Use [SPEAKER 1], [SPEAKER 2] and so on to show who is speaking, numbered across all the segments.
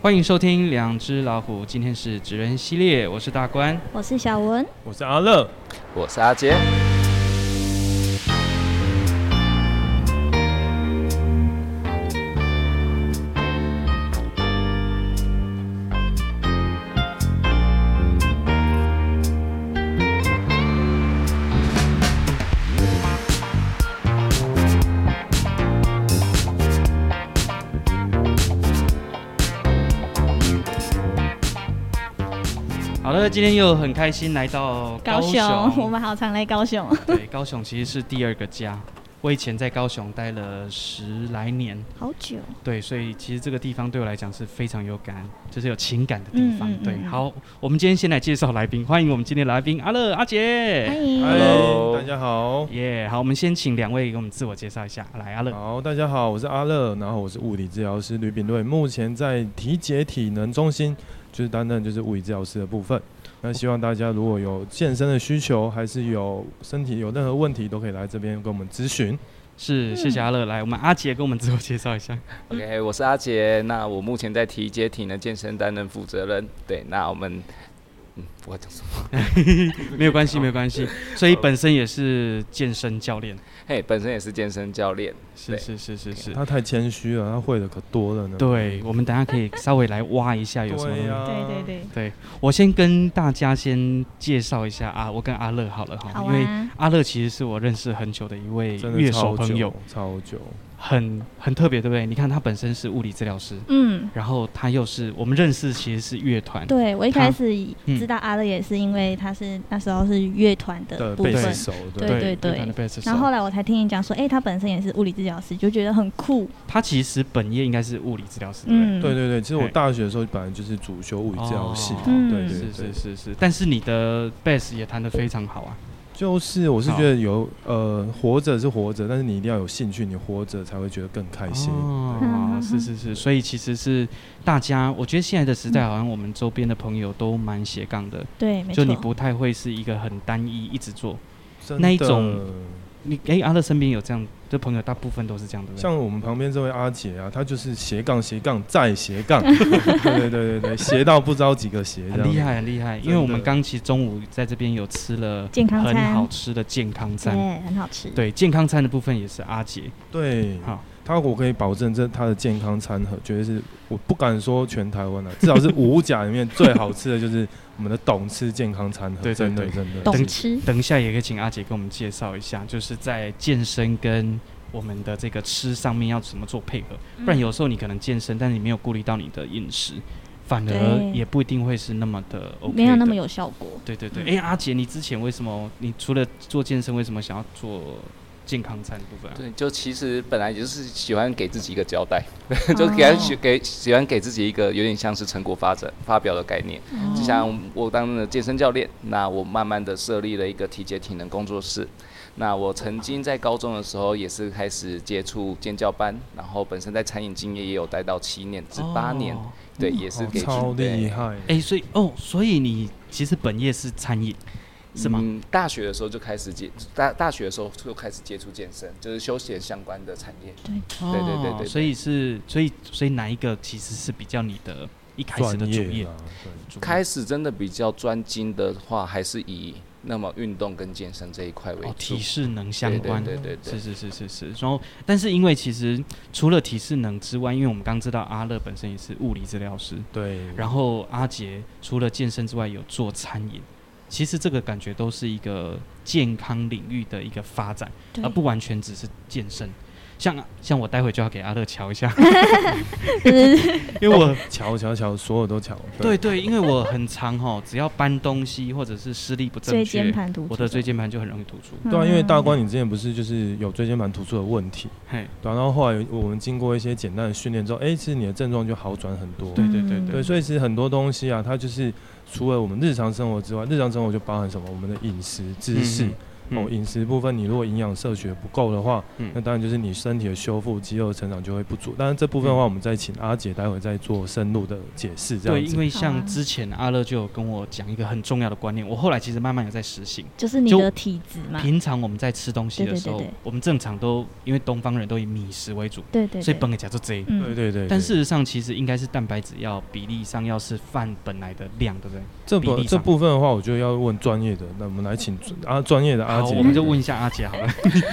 [SPEAKER 1] 欢迎收听《两只老虎》，今天是职人系列，我是大关。
[SPEAKER 2] 我是小文，
[SPEAKER 3] 我是阿乐，
[SPEAKER 4] 我是阿杰。
[SPEAKER 1] 好了，今天又很开心来到
[SPEAKER 2] 高
[SPEAKER 1] 雄，
[SPEAKER 2] 我们好常来高雄。
[SPEAKER 1] 对高雄其实是第二个家。我以前在高雄待了十来年，
[SPEAKER 2] 好久，
[SPEAKER 1] 对，所以其实这个地方对我来讲是非常有感，就是有情感的地方。
[SPEAKER 2] 嗯嗯嗯
[SPEAKER 1] 对，
[SPEAKER 2] 嗯
[SPEAKER 1] 好，我们今天先来介绍来宾，欢迎我们今天的来宾阿乐、阿
[SPEAKER 2] 哎欢
[SPEAKER 1] 杰。
[SPEAKER 3] 嗨
[SPEAKER 4] Hello
[SPEAKER 2] 迎。
[SPEAKER 3] 大家好，
[SPEAKER 1] 耶好，我们先请两位给我们自我介绍一下。来，阿
[SPEAKER 2] 嗯
[SPEAKER 1] 乐，
[SPEAKER 3] 好，大家好，我是阿乐，然后我是物理治疗师吕炳瑞，目前在体解体能中心就是担任就是物理治疗师的部分。那希望大家如果有健身的需求，还是有身体有任何问题，都可以来这边跟我们咨询。
[SPEAKER 1] 是，谢谢阿乐。来，我们阿杰给我们自我介绍一下。
[SPEAKER 4] OK，我是阿杰。那我目前在体解体能健身担任负责人。对，那我们，嗯，我讲什么？
[SPEAKER 1] 没有关
[SPEAKER 3] 哦
[SPEAKER 1] 系，没有关系。所以本身也是健身教练，
[SPEAKER 3] 哦
[SPEAKER 4] 嘿，本身也是健身教练。
[SPEAKER 1] 是
[SPEAKER 4] 对
[SPEAKER 1] 是是是是。
[SPEAKER 3] 他太谦虚了，他会的可多了呢。
[SPEAKER 1] 对，我们等下可以稍微来挖一下有什么东
[SPEAKER 3] 对啊
[SPEAKER 1] 西。
[SPEAKER 3] 呀，
[SPEAKER 2] 对对对，
[SPEAKER 1] 对，我先跟大家先介绍一下啊，我跟阿乐好了哈，
[SPEAKER 2] 好
[SPEAKER 1] 因为
[SPEAKER 2] 啊。
[SPEAKER 1] 阿乐其实是我认识很久的一位
[SPEAKER 3] 真
[SPEAKER 1] 乐
[SPEAKER 3] 的
[SPEAKER 1] 手
[SPEAKER 3] 超
[SPEAKER 1] 朋友
[SPEAKER 3] 久，，超久，
[SPEAKER 1] 很很特别，对不对？你看他本身是物理治疗师，
[SPEAKER 2] 嗯，
[SPEAKER 1] 然后他又是我们认识其实是乐团，
[SPEAKER 2] 对我一开始
[SPEAKER 1] 嗯
[SPEAKER 2] 知道阿乐也是因为他是那时候是乐团
[SPEAKER 3] 的
[SPEAKER 2] 的部
[SPEAKER 3] 贝斯
[SPEAKER 2] 分，
[SPEAKER 3] 手，
[SPEAKER 2] 对
[SPEAKER 3] 对，
[SPEAKER 2] 对
[SPEAKER 1] 乐团的贝斯手
[SPEAKER 2] 然后后来我才听你讲说，哎，他本身也是物理治疗师，就觉得很酷。
[SPEAKER 1] 他其实本业应该是物理治疗师，对不对
[SPEAKER 2] 嗯，
[SPEAKER 3] 对对对。其实我
[SPEAKER 1] 嘿
[SPEAKER 3] 大学的时候本来就是主修物理治疗系
[SPEAKER 1] 哦，
[SPEAKER 2] 嗯
[SPEAKER 3] 对对
[SPEAKER 1] 是
[SPEAKER 3] 对
[SPEAKER 1] 是。是是，但是你的 bass 也弹得非常好啊，
[SPEAKER 3] 就是我是
[SPEAKER 1] 好
[SPEAKER 3] 觉得有呃活着是活着，但是你一定要有兴趣，你活着才会觉得更开心。
[SPEAKER 1] 哦
[SPEAKER 2] 嗯，
[SPEAKER 1] 是是是，所以其实是大家，我觉得现在的时代好像我们周边的朋友都蛮斜杠的，
[SPEAKER 2] 对，嗯没
[SPEAKER 1] 就
[SPEAKER 2] 错。
[SPEAKER 1] 你不太会是一个很单一一直做。
[SPEAKER 3] 真的
[SPEAKER 1] 那一种你哎，阿乐身边有这样的朋友，大部分都是这样的。对不对
[SPEAKER 3] 像我们旁边这位阿姐啊，她就是斜杠斜杠再斜 杠，对对对对对，斜到不知道几个斜，
[SPEAKER 1] 很厉。害，很厉害，因为
[SPEAKER 3] 真
[SPEAKER 1] 我们
[SPEAKER 3] 的
[SPEAKER 1] 刚其实中午在这边有吃了
[SPEAKER 2] 健康餐嗯
[SPEAKER 1] 很好吃的健康餐。
[SPEAKER 2] 对，很好吃。
[SPEAKER 1] 对健康餐的部分也是阿杰，
[SPEAKER 3] 对，
[SPEAKER 1] 好，
[SPEAKER 3] 她我可以保证这她的健康餐盒，绝对是我不敢说全台湾了、啊至 少是五甲里面最好吃的就是我们的董吃健康餐盒，
[SPEAKER 1] 对对
[SPEAKER 3] 真的
[SPEAKER 1] 对
[SPEAKER 3] 真的。
[SPEAKER 2] 懂
[SPEAKER 1] 等
[SPEAKER 2] 吃。
[SPEAKER 1] 等一下也可以请阿杰给我们介绍一下，就是在健身跟我们的这个吃上面要怎么做配合。
[SPEAKER 2] 嗯
[SPEAKER 1] 不然有时候你可能健身，但是你没有顾虑到你的饮食，反而
[SPEAKER 2] 对
[SPEAKER 1] 也不一定会是那么的 OK，
[SPEAKER 2] 没有那么
[SPEAKER 1] 的。
[SPEAKER 2] 有效 果。
[SPEAKER 1] 对对对，哎、
[SPEAKER 2] 嗯
[SPEAKER 1] 阿杰，你之前为什么你除了做健身，为什么想要做健康餐的部分、啊？
[SPEAKER 4] 对，就其实本来就是喜欢给自己一个交代， 就给他
[SPEAKER 2] 哦
[SPEAKER 4] 喜给喜欢给自己一个有点像是成果发展发表的概念。
[SPEAKER 2] 哦
[SPEAKER 4] 就像我当了健身教练，那我慢慢的设立了一个体解体能工作室。那我曾经在高中的时候也是开始接触健教班，然后本身在餐饮经业也有待到七年至八年，
[SPEAKER 1] 哦
[SPEAKER 4] 对，也是
[SPEAKER 3] 哦
[SPEAKER 4] 给
[SPEAKER 3] 超厉
[SPEAKER 4] 对
[SPEAKER 3] 害！
[SPEAKER 1] 哎、所以哦，所以你其实本业是餐饮，是吗？
[SPEAKER 4] 嗯，大学的时候就开始接大大学的时候就开始接触健身，就是休闲相关的产业。
[SPEAKER 1] 哦
[SPEAKER 4] 对对对对对
[SPEAKER 1] 所以是，所以所以哪一个其实是比较你的一开始
[SPEAKER 3] 专
[SPEAKER 1] 的主
[SPEAKER 3] 业
[SPEAKER 1] 业
[SPEAKER 3] 啦？，对
[SPEAKER 1] 主业
[SPEAKER 4] 开始真的比较专精的话，还是以那么运动跟健身这一块
[SPEAKER 1] 哦，
[SPEAKER 4] 为主
[SPEAKER 1] 体。适能相关，
[SPEAKER 4] 对对对对对
[SPEAKER 1] 是是是是是。然后，但是因为其实除了体适能之外，因为我们刚知道阿乐本身也是物理治疗师，
[SPEAKER 3] 对，
[SPEAKER 1] 然后阿杰除了健身之外有做餐饮，其实这个感觉都是一个健康领域的一个发展，
[SPEAKER 2] 对
[SPEAKER 1] 而啊不完全只是健身。像像我待会就要给阿乐瞧一 下， 因为我
[SPEAKER 3] 瞧瞧瞧，所有都瞧。
[SPEAKER 1] 对对，因为我很常哈，只要搬东西或者是施力不正
[SPEAKER 2] 椎间
[SPEAKER 1] 确，
[SPEAKER 2] 盘突出，
[SPEAKER 1] 我的椎间盘就很容易突出。
[SPEAKER 3] 对啊，因为大
[SPEAKER 2] 关
[SPEAKER 3] 关你之前不是就是有椎间盘突出的问题，
[SPEAKER 1] 嘿，
[SPEAKER 3] 对啊、然后后来我们经过一些简单的训练之后，哎、其实你的症状就好转很多。
[SPEAKER 1] 对对嗯对
[SPEAKER 2] 嗯
[SPEAKER 3] 对，所以其实很多东西啊，它就是除了我们日常生活之外，日常生活就包含什么？我们的饮食、知识，
[SPEAKER 1] 嗯
[SPEAKER 3] 哦，饮食部分你如果营养摄取不够的话，
[SPEAKER 1] 嗯
[SPEAKER 3] 那当然就是你身体的修复、肌肉的成长就会不足。但是这部分的话，我们再请阿姐待会再做深入的解释，这
[SPEAKER 1] 嗯对，
[SPEAKER 3] 样
[SPEAKER 1] 因
[SPEAKER 3] 子。
[SPEAKER 1] 为
[SPEAKER 2] 好啊
[SPEAKER 1] 像之前阿乐就有跟我讲一个很重要的观念，我后来其实慢慢有在实行。
[SPEAKER 2] 就是你
[SPEAKER 1] 就
[SPEAKER 2] 的体质嘛，
[SPEAKER 1] 平常我们在吃东西的时候，
[SPEAKER 2] 对对对对
[SPEAKER 1] 我们正常都因为东方人都以米食为主，
[SPEAKER 2] 对对对，
[SPEAKER 1] 所以本来讲就这。
[SPEAKER 2] 嗯
[SPEAKER 3] 对对对，
[SPEAKER 1] 但
[SPEAKER 3] 对
[SPEAKER 1] 事实上，其实应该是蛋白质要比例上要是饭本来的量，对不对？
[SPEAKER 3] 这
[SPEAKER 1] 比
[SPEAKER 3] 部
[SPEAKER 1] 例
[SPEAKER 3] 这
[SPEAKER 1] 上
[SPEAKER 3] 部分的话，我觉得要问专业的。那我们来请啊专业的阿
[SPEAKER 1] 好，
[SPEAKER 3] 姐，
[SPEAKER 1] 我们就问一下阿姐 好了。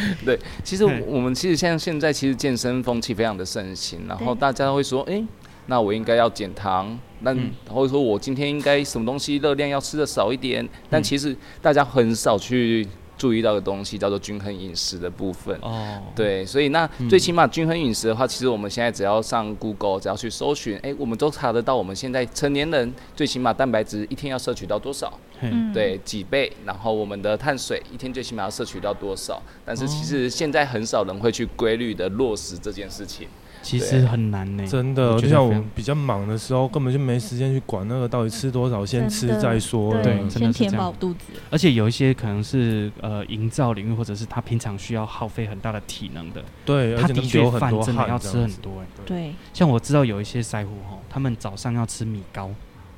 [SPEAKER 4] 其实我
[SPEAKER 1] 嗯
[SPEAKER 4] 我们其实像现在其实健身风气非常的盛行，然后
[SPEAKER 2] 对
[SPEAKER 4] 大家会说，诶，那我应该要减糖，那
[SPEAKER 1] 嗯
[SPEAKER 4] 或者说我今天应该什么东西热量要吃的少一点，但
[SPEAKER 1] 嗯
[SPEAKER 4] 其实大家很少去注意到的东西叫做均衡饮食的部分。
[SPEAKER 1] 哦，
[SPEAKER 4] 对，所以那
[SPEAKER 1] 嗯
[SPEAKER 4] 最起码均衡饮食的话，其实我们现在只要上 Google，只要去搜寻，诶，我们都查得到。我们现在成年人最起码蛋白质一天要摄取到多少？
[SPEAKER 1] 嘿，
[SPEAKER 2] 嗯
[SPEAKER 4] 对，几倍，然后我们的碳水一天最起码要摄取到多少？但是其
[SPEAKER 1] 哦
[SPEAKER 4] 实现在很少人会去规律的落实这件事情。
[SPEAKER 1] 其实很难呢。
[SPEAKER 3] 真
[SPEAKER 1] 我
[SPEAKER 3] 的，
[SPEAKER 1] 觉
[SPEAKER 3] 就
[SPEAKER 1] 得
[SPEAKER 3] 像我
[SPEAKER 1] 非
[SPEAKER 3] 们比较忙的时候，根本就没时间去管那个到底吃多少，先吃
[SPEAKER 2] 真的
[SPEAKER 3] 再说了。
[SPEAKER 1] 对真的
[SPEAKER 2] 先
[SPEAKER 1] 是这
[SPEAKER 2] 填
[SPEAKER 1] 样
[SPEAKER 2] 饱肚子，
[SPEAKER 1] 而且有一些可能是呃营造领域，或者是他平常需要耗费很大的体能的，
[SPEAKER 3] 对，而
[SPEAKER 1] 他
[SPEAKER 3] 且
[SPEAKER 1] 的
[SPEAKER 3] 能
[SPEAKER 1] 确
[SPEAKER 3] 流很
[SPEAKER 1] 饭
[SPEAKER 3] 多
[SPEAKER 1] 真的
[SPEAKER 3] 汗，
[SPEAKER 1] 要吃很。多哎。
[SPEAKER 2] 对，
[SPEAKER 1] 像我知道有一些腮胡吼，他们早上要吃米糕，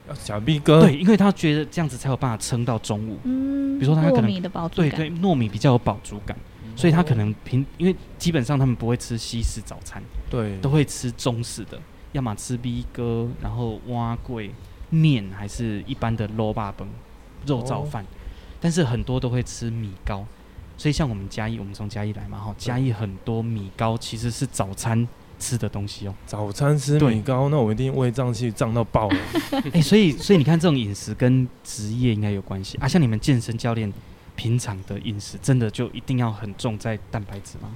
[SPEAKER 3] 要小毕哥，
[SPEAKER 1] 对，因为他觉得这样子才有办法撑到中午。
[SPEAKER 2] 嗯，
[SPEAKER 1] 比如说他可
[SPEAKER 2] 糯
[SPEAKER 1] 能
[SPEAKER 2] 米的饱足
[SPEAKER 1] 对
[SPEAKER 2] 感，
[SPEAKER 1] 对，糯米比较有饱足感，
[SPEAKER 3] 哦
[SPEAKER 1] 所以他可能平，因为基本上他们不会吃西式早餐，
[SPEAKER 3] 对
[SPEAKER 1] 都会吃中式的，要么吃 B 哥，然后蛙桂面，还是一般的肉霸崩、肉燥饭，但是很多都会吃米糕，所以像我们嘉义，我们从嘉义来嘛，哈，嘉义很多米糕其实是早餐吃的东西哦，
[SPEAKER 3] 早餐吃
[SPEAKER 1] 对
[SPEAKER 3] 米糕，那我一定胃胀气胀到爆了。
[SPEAKER 1] 哎、所以所以你看这种饮食跟职业应该有关系啊，像你们健身教练。平常的饮食真的就一定要很重在蛋白质吗？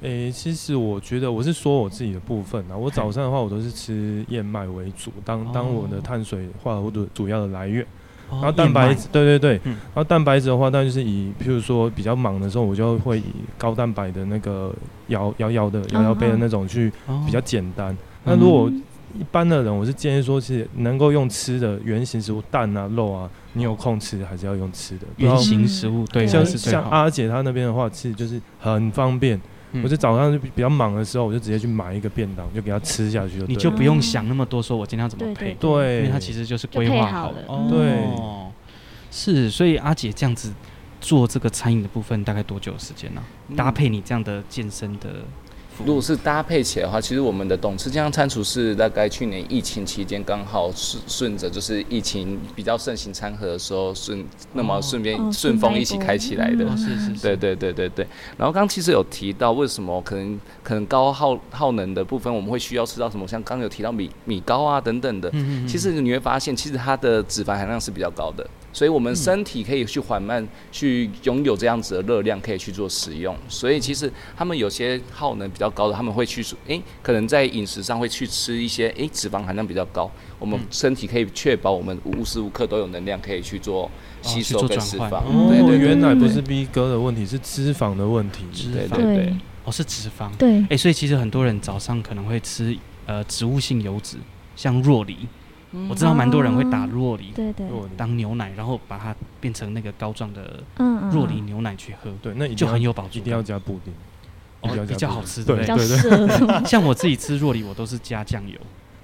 [SPEAKER 3] 诶、其实我觉得我是说我自己的部分啊，我早
[SPEAKER 1] 嘿
[SPEAKER 3] 上的话我都是吃燕麦为主，当当我的
[SPEAKER 1] 哦
[SPEAKER 3] 碳水化合物的主要的来源。
[SPEAKER 4] 哦
[SPEAKER 1] 然
[SPEAKER 3] 然后蛋白质，对对对，
[SPEAKER 1] 哦嗯
[SPEAKER 3] 然后蛋白质的话，当然就是以，譬如说比较忙的时候，我就会以高蛋白的那个摇摇摇的
[SPEAKER 1] 嗯
[SPEAKER 3] 摇摇杯的那种去比
[SPEAKER 4] 哦
[SPEAKER 3] 较简单。那如果
[SPEAKER 2] 嗯
[SPEAKER 3] 一般的人，我是建议说，其实能够用吃的原型食物，蛋啊、肉啊，你有空吃还是要用吃的。然
[SPEAKER 1] 原
[SPEAKER 3] 后
[SPEAKER 1] 型食物，对，
[SPEAKER 2] 对
[SPEAKER 1] 这
[SPEAKER 3] 像
[SPEAKER 1] 样
[SPEAKER 2] 啊
[SPEAKER 1] 是最
[SPEAKER 3] 像
[SPEAKER 1] 好。
[SPEAKER 3] 阿姐她那边的话，其实就是很方便。
[SPEAKER 1] 嗯
[SPEAKER 3] 我就早上就比较忙的时候，我就直接去买一个便当，就给它吃下去就
[SPEAKER 1] 你
[SPEAKER 3] 对
[SPEAKER 1] 就
[SPEAKER 3] 了
[SPEAKER 1] 不用想那么多，说我今天要怎么
[SPEAKER 2] 对
[SPEAKER 1] 配
[SPEAKER 2] 对，
[SPEAKER 3] 对，
[SPEAKER 1] 因为它其实就是规
[SPEAKER 2] 就配
[SPEAKER 1] 划
[SPEAKER 2] 好
[SPEAKER 1] 了
[SPEAKER 2] 了。
[SPEAKER 1] 哦，是，所以阿姐这样子做这个餐饮的部分，大概多久的时间呢？
[SPEAKER 4] 嗯
[SPEAKER 1] 搭配你这样的健身的嗯服
[SPEAKER 4] 如果
[SPEAKER 1] 务，
[SPEAKER 4] 是搭配起来的话，其实我们的董事健康餐厨是大概去年疫情期间刚好顺顺着就是疫情比较盛行餐盒的时候顺，那么顺便
[SPEAKER 2] 哦
[SPEAKER 4] 顺风
[SPEAKER 2] 顺带
[SPEAKER 4] 一起
[SPEAKER 2] 一波
[SPEAKER 4] 开起来的。
[SPEAKER 1] 哦，是是是，
[SPEAKER 4] 对对对对对。然后刚刚其实有提到为什么可能可能高耗耗能的部分，我们会需要吃到什么？像刚刚有提到米米糕啊等等的。
[SPEAKER 1] 嗯，嗯嗯
[SPEAKER 4] 其实你会发现，其实它的脂肪含量是比较高的，所以我
[SPEAKER 1] 嗯
[SPEAKER 4] 们身体可以去缓慢去拥有这样子的热量，可以去做使用。所以其实他们有些耗能比较高的，他们会去说，诶，可能在饮食上会去吃一些，诶，脂肪含量比较高，我
[SPEAKER 1] 嗯
[SPEAKER 4] 们身体可以确保我们无时无刻都有能量可以去做吸
[SPEAKER 1] 去
[SPEAKER 4] 收
[SPEAKER 1] 做
[SPEAKER 4] 跟
[SPEAKER 1] 转
[SPEAKER 4] 释
[SPEAKER 1] 换
[SPEAKER 4] 放。
[SPEAKER 3] 哦，
[SPEAKER 4] 对对对
[SPEAKER 3] 原来不
[SPEAKER 2] 对
[SPEAKER 3] 是 B 哥的问题，是脂肪的问题。
[SPEAKER 1] 脂
[SPEAKER 4] 对
[SPEAKER 1] 肪
[SPEAKER 4] 对对
[SPEAKER 2] 对。
[SPEAKER 1] 哦是脂肪，
[SPEAKER 2] 对
[SPEAKER 1] 哎，所以其实很多人早上可能会吃呃植物性油脂，像若梨，我知道蛮多人会打若梨
[SPEAKER 2] 嗯哦对对，
[SPEAKER 3] 若梨
[SPEAKER 1] 当牛奶，然后把它变成那个膏状的
[SPEAKER 2] 嗯嗯，
[SPEAKER 1] 若梨
[SPEAKER 2] 嗯
[SPEAKER 1] 牛奶去喝，
[SPEAKER 3] 对，那一定
[SPEAKER 1] 就
[SPEAKER 3] 要
[SPEAKER 1] 很有饱足
[SPEAKER 3] 一
[SPEAKER 1] 感，
[SPEAKER 3] 定要加布丁，一定
[SPEAKER 1] 哦
[SPEAKER 3] 要
[SPEAKER 1] 比较
[SPEAKER 3] 加布
[SPEAKER 1] 好
[SPEAKER 3] 丁
[SPEAKER 1] 吃，对
[SPEAKER 3] 对
[SPEAKER 1] 不
[SPEAKER 2] 比
[SPEAKER 1] 对
[SPEAKER 2] 较？嗯涩，
[SPEAKER 1] 像我自己吃若梨，我都是加酱油。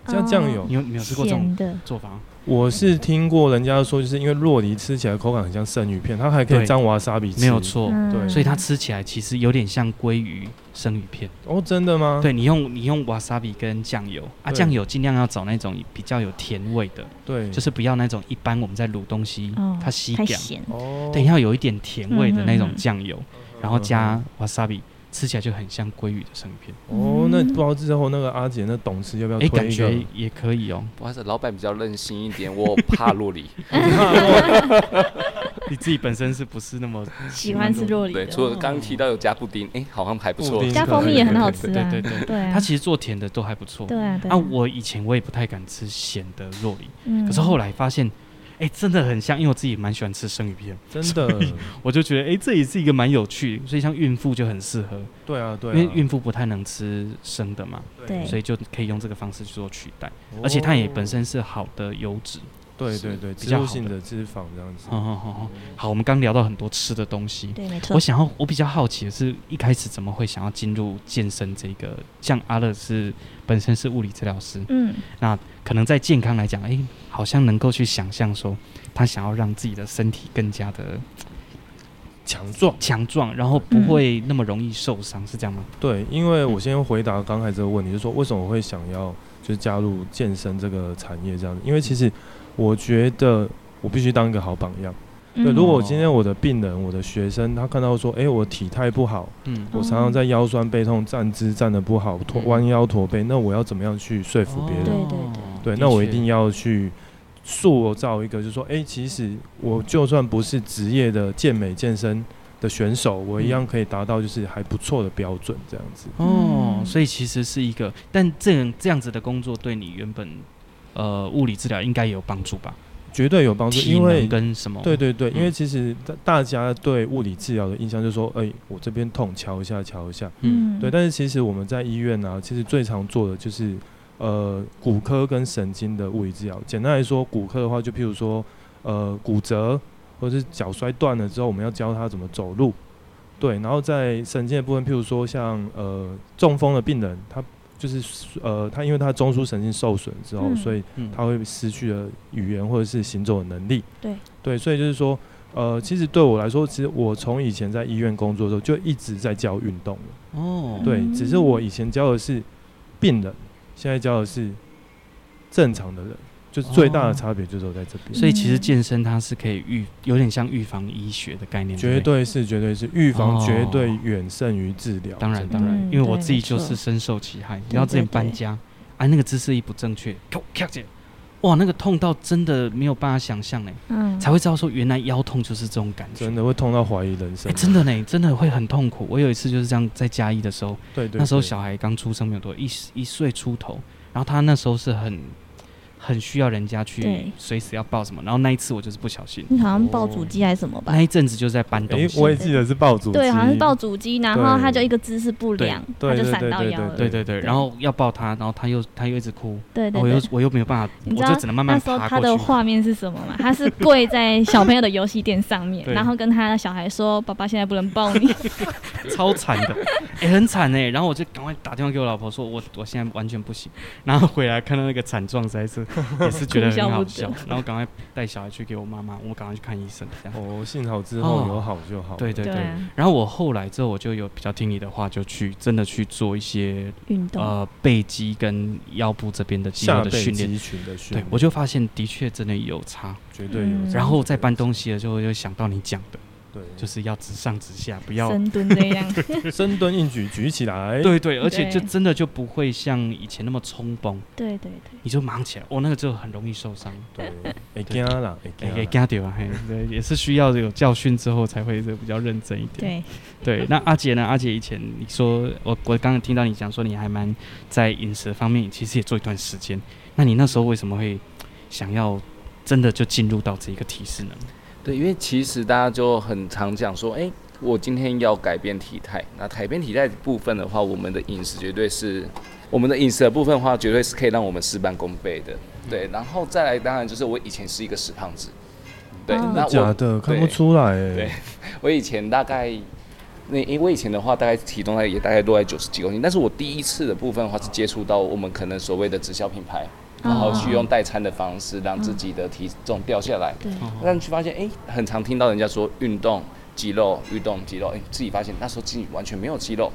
[SPEAKER 3] 加酱油
[SPEAKER 1] 你有你有吃过这种
[SPEAKER 2] 咸的，
[SPEAKER 1] 做法吗？
[SPEAKER 3] 我是听过人家说，就是因为洛梨吃起来口感很像生鱼片，它还可
[SPEAKER 1] 对
[SPEAKER 3] 以沾瓦萨比吃。
[SPEAKER 1] 没有。错，
[SPEAKER 2] 嗯
[SPEAKER 3] 对
[SPEAKER 1] 所以它吃起来其实有点像鲑鱼生鱼片。
[SPEAKER 3] 哦，真的吗？
[SPEAKER 1] 对你用你用 wasabi 跟酱油啊，
[SPEAKER 3] 对
[SPEAKER 1] 酱油尽量要找那种比较有甜味的，
[SPEAKER 3] 对，
[SPEAKER 1] 就是不要那种一般我们在卤东西
[SPEAKER 2] 哦
[SPEAKER 1] 它吸
[SPEAKER 2] 太
[SPEAKER 1] 掉，
[SPEAKER 2] 咸，
[SPEAKER 3] 哦，
[SPEAKER 1] 对，要有一点甜味的那
[SPEAKER 2] 嗯
[SPEAKER 1] 种
[SPEAKER 2] 嗯嗯
[SPEAKER 1] 酱油，然后加 wasabi，吃起来就很像鲑鱼的生鱼片。
[SPEAKER 3] 哦，那不知道之后那个阿姐那董事要不要
[SPEAKER 1] 哎，感
[SPEAKER 3] 推一
[SPEAKER 1] 觉
[SPEAKER 3] 个？
[SPEAKER 1] 也可以哦。
[SPEAKER 4] 不好意思，老板比较任性一点， 我怕洛梨。
[SPEAKER 1] 你自己本身是不是那 么
[SPEAKER 2] 喜欢吃若梨的嗯
[SPEAKER 4] 对，，除了刚提到有加布丁，诶，好像还不
[SPEAKER 3] 布
[SPEAKER 4] 错
[SPEAKER 3] 丁。
[SPEAKER 2] 加蜂蜜也很好吃啊，
[SPEAKER 1] 对对对
[SPEAKER 2] 对啊，
[SPEAKER 1] 它其实做甜的都还不错。
[SPEAKER 2] 对啊对
[SPEAKER 1] 啊，我以前我也不太敢吃咸的肉梨，
[SPEAKER 2] 嗯
[SPEAKER 1] 可是后来发现，哎、真的很像，因为我自己蛮喜欢吃生鱼片，
[SPEAKER 3] 真的，
[SPEAKER 1] 我就觉得，哎、这也是一个蛮有趣，所以像孕妇就很适合，
[SPEAKER 3] 对啊，对啊，
[SPEAKER 1] 因为孕妇不太能吃生哦 的
[SPEAKER 3] 哦对
[SPEAKER 4] 是
[SPEAKER 3] 对对，
[SPEAKER 1] 比
[SPEAKER 3] 植
[SPEAKER 1] 较
[SPEAKER 3] 物
[SPEAKER 1] 好
[SPEAKER 3] 性
[SPEAKER 1] 的
[SPEAKER 3] 的哦脂肪这样子。
[SPEAKER 1] 好好好好，好，我们刚聊到很多吃的东西，
[SPEAKER 2] 对，没错
[SPEAKER 1] 我。想要，我比较好奇的是，一开始怎么会想要进入健身这个？像阿乐是本身是物理治疗师，
[SPEAKER 2] 嗯，
[SPEAKER 1] 可能在健康来讲，诶，好像能够去想象说，他想要让自己的身体更加的
[SPEAKER 3] 强壮。
[SPEAKER 1] 强壮，然后不
[SPEAKER 2] 嗯
[SPEAKER 1] 会那么容易受伤，是这样吗？
[SPEAKER 3] 对，因为我先回答刚才这个问题，就是说为什么我会想要就是加入健身这个产业这样子？因为其实我觉得我必须当一个好榜样。对，
[SPEAKER 2] 嗯
[SPEAKER 3] 如果我今天我的病人、我的学生，他看到说，诶，我体态不好，
[SPEAKER 1] 嗯，
[SPEAKER 2] 哦
[SPEAKER 3] 我常常在腰酸背痛、站姿站得不好、驼
[SPEAKER 1] 嗯哦
[SPEAKER 3] 弯腰驼背，那我要怎么样去说服别人？
[SPEAKER 2] 对对对
[SPEAKER 3] 对，那我一
[SPEAKER 1] 的确
[SPEAKER 3] 定要去塑造一个，就是说，哎、其实我就算不是职业的健美健身的选手，我一
[SPEAKER 1] 嗯
[SPEAKER 3] 样可以达到就是还不错的标准，这样子。
[SPEAKER 1] 哦，
[SPEAKER 2] 嗯
[SPEAKER 1] 所以其实是一个，但这样这样子的工作对你原本呃物理治疗应该也有帮助吧？
[SPEAKER 3] 绝对有帮助，
[SPEAKER 1] 体
[SPEAKER 3] 哦因为
[SPEAKER 1] 能跟什么？
[SPEAKER 3] 对对对，因为
[SPEAKER 1] 嗯
[SPEAKER 3] 其实大大家对物理治疗的印象就是说，哎、我这边痛，瞧一下，瞧一下。
[SPEAKER 1] 嗯，
[SPEAKER 3] 对，但是其实我们在医院啊，其实最常做的就是呃骨科跟神经的物理治疗。简单来说，骨科的话，就譬如说呃骨折或者是脚摔断了之后，我们要教他怎么走路。对，然后在神经的部分，譬如说像呃中风的病人，他就是呃他因为他中枢神经受损之后，
[SPEAKER 2] 嗯
[SPEAKER 3] 所以
[SPEAKER 1] 嗯
[SPEAKER 3] 他会失去了语言或者是行走的能力。
[SPEAKER 2] 对
[SPEAKER 3] 对，所以就是说，呃，其实对我来说，其实我从以前在医院工作的时候就一直在教运动了。
[SPEAKER 1] 哦，
[SPEAKER 3] 对，
[SPEAKER 2] 嗯
[SPEAKER 3] 只是我以前教的是病人，现在教的是正常的人，就是最大
[SPEAKER 1] 哦
[SPEAKER 3] 的差别就是我在这边。
[SPEAKER 1] 所以其
[SPEAKER 2] 嗯
[SPEAKER 1] 实健身它是可以预，有点像预防医学的概念，
[SPEAKER 3] 绝
[SPEAKER 1] 不对。
[SPEAKER 3] 对是，绝对是预防，
[SPEAKER 1] 哦
[SPEAKER 3] 绝对远胜于治疗。
[SPEAKER 1] 当然
[SPEAKER 3] 真的
[SPEAKER 1] 当然，
[SPEAKER 2] 嗯
[SPEAKER 1] 因为我
[SPEAKER 2] 对
[SPEAKER 1] 自己
[SPEAKER 2] 没
[SPEAKER 1] 就
[SPEAKER 2] 错
[SPEAKER 1] 是深受其害，
[SPEAKER 2] 对
[SPEAKER 1] 然后之前
[SPEAKER 2] 对对
[SPEAKER 1] 搬家，啊，那个姿势一不正确，咔咔起来哇，那个痛到真的没有办法想象呢，
[SPEAKER 2] 嗯，
[SPEAKER 1] 才会知道说原来腰痛就是这种感觉。
[SPEAKER 3] 真的会痛到怀疑人
[SPEAKER 1] 哎、
[SPEAKER 3] 生。
[SPEAKER 1] 真的呢，真的会很痛苦。我有一次就是这样，在嘉义的时候，
[SPEAKER 3] 对对，
[SPEAKER 1] 那时候
[SPEAKER 3] 对
[SPEAKER 1] 小孩刚出生没有多一一岁出头，然后他那时候是很很需要人家去
[SPEAKER 2] 对嗯
[SPEAKER 1] 随时要抱什么，然后那一次我就是不小心，
[SPEAKER 2] 你好像抱主机还是什么吧
[SPEAKER 1] 那？一阵子就在搬
[SPEAKER 3] 诶
[SPEAKER 1] 东，西。
[SPEAKER 3] 我也记得是爆竹机，
[SPEAKER 2] 对，好像是抱主机，然后
[SPEAKER 3] 对
[SPEAKER 2] 他就一个姿势不良，
[SPEAKER 3] 对
[SPEAKER 2] 他就
[SPEAKER 3] 对
[SPEAKER 2] 闪
[SPEAKER 3] 对
[SPEAKER 2] 到
[SPEAKER 3] 对
[SPEAKER 2] 腰
[SPEAKER 3] 对
[SPEAKER 2] 了。
[SPEAKER 1] 对对对，
[SPEAKER 2] 对
[SPEAKER 1] 然后要抱他，然后他又他又一直哭，
[SPEAKER 2] 对
[SPEAKER 1] 然
[SPEAKER 2] 对
[SPEAKER 1] 后我又
[SPEAKER 2] 对。
[SPEAKER 1] 我又没有办法，
[SPEAKER 2] 你知
[SPEAKER 1] 我
[SPEAKER 2] 道
[SPEAKER 1] 就只能慢
[SPEAKER 2] 那
[SPEAKER 1] 慢
[SPEAKER 2] 时候
[SPEAKER 1] 爬
[SPEAKER 2] 他的
[SPEAKER 1] 过 去。
[SPEAKER 2] 画面是什么吗？他是跪在小朋友的游戏垫上面，
[SPEAKER 1] 对
[SPEAKER 2] 然后跟他的小孩说：“爸爸现在不能抱你。
[SPEAKER 1] 超惨的，哎、很惨哎、然后我就赶快打电话给我老婆说我，我现在完全不行。然后回来看到那个惨状，实在 是也是觉得很好
[SPEAKER 2] 哭笑
[SPEAKER 1] 笑
[SPEAKER 2] 不。
[SPEAKER 1] 然后赶快带小孩去给我妈妈，我赶快去看医生。这样，
[SPEAKER 3] 哦，幸好之后
[SPEAKER 1] 哦
[SPEAKER 3] 有好就 好。
[SPEAKER 1] 对对对。
[SPEAKER 2] 啊，
[SPEAKER 1] 然后我后来之后，我就有比较听你的话，就去真的去做一些
[SPEAKER 2] 运动，
[SPEAKER 1] 呃背肌跟腰部这边的肌
[SPEAKER 3] 下
[SPEAKER 1] 肉的
[SPEAKER 3] 背
[SPEAKER 1] 训练。
[SPEAKER 3] 肌群的训
[SPEAKER 1] 对
[SPEAKER 3] 练，，
[SPEAKER 1] 我就发现的确真的有差。
[SPEAKER 3] 绝对有
[SPEAKER 2] 嗯
[SPEAKER 3] 这样。
[SPEAKER 1] 然后在搬东西的时候，就想到你讲的，
[SPEAKER 3] 对，
[SPEAKER 1] 就
[SPEAKER 3] 就是
[SPEAKER 1] 要直上直下，不要
[SPEAKER 2] 深蹲这样。
[SPEAKER 3] 深蹲硬举举起来。
[SPEAKER 1] 对对，而且就
[SPEAKER 2] 对
[SPEAKER 1] 真的就不会像以前那么冲崩，
[SPEAKER 2] 对对对，
[SPEAKER 1] 你就忙起来，哦，那个就很容易受伤，
[SPEAKER 3] 对，会惊啦，会
[SPEAKER 1] 哎
[SPEAKER 3] 惊
[SPEAKER 1] 给
[SPEAKER 3] 啦。
[SPEAKER 1] 加掉啊，嘿，对，也是需要有教训之后才会比较认真一点。
[SPEAKER 2] 对，
[SPEAKER 1] 对，那阿杰呢？阿杰以前你说我我刚刚听到你讲说你还蛮在饮食方面其实也做一段时间，那你那时候为什么会想要真的就进入到这一个体式呢？
[SPEAKER 4] 对，因为其实大家就很常讲说，哎、我今天要改变体态。那改变体态的部分的话，我们的饮食绝对是，我们的饮食的部分的话，绝对是可以让我们事半功倍的。对，
[SPEAKER 2] 嗯
[SPEAKER 4] 然后再来，当然就是我以前是一个死胖子。对，
[SPEAKER 2] 哦
[SPEAKER 4] 那
[SPEAKER 3] 假
[SPEAKER 4] 我
[SPEAKER 3] 啊的看不
[SPEAKER 4] 对
[SPEAKER 3] 出来哎
[SPEAKER 4] 对。我以前大概，那因为我以前的话，大概体重大概也大概落在九十几公斤，但是我第一次的部分的话是接触到我们可能所谓的直销品牌，
[SPEAKER 2] 嗯
[SPEAKER 4] 然后去用代餐的方式让自己的体重掉下来。
[SPEAKER 2] 对，
[SPEAKER 4] 但去发现，哎、很常听到人家说运动肌肉，运动肌肉，哎、自己发现那时候自己完全没有肌肉，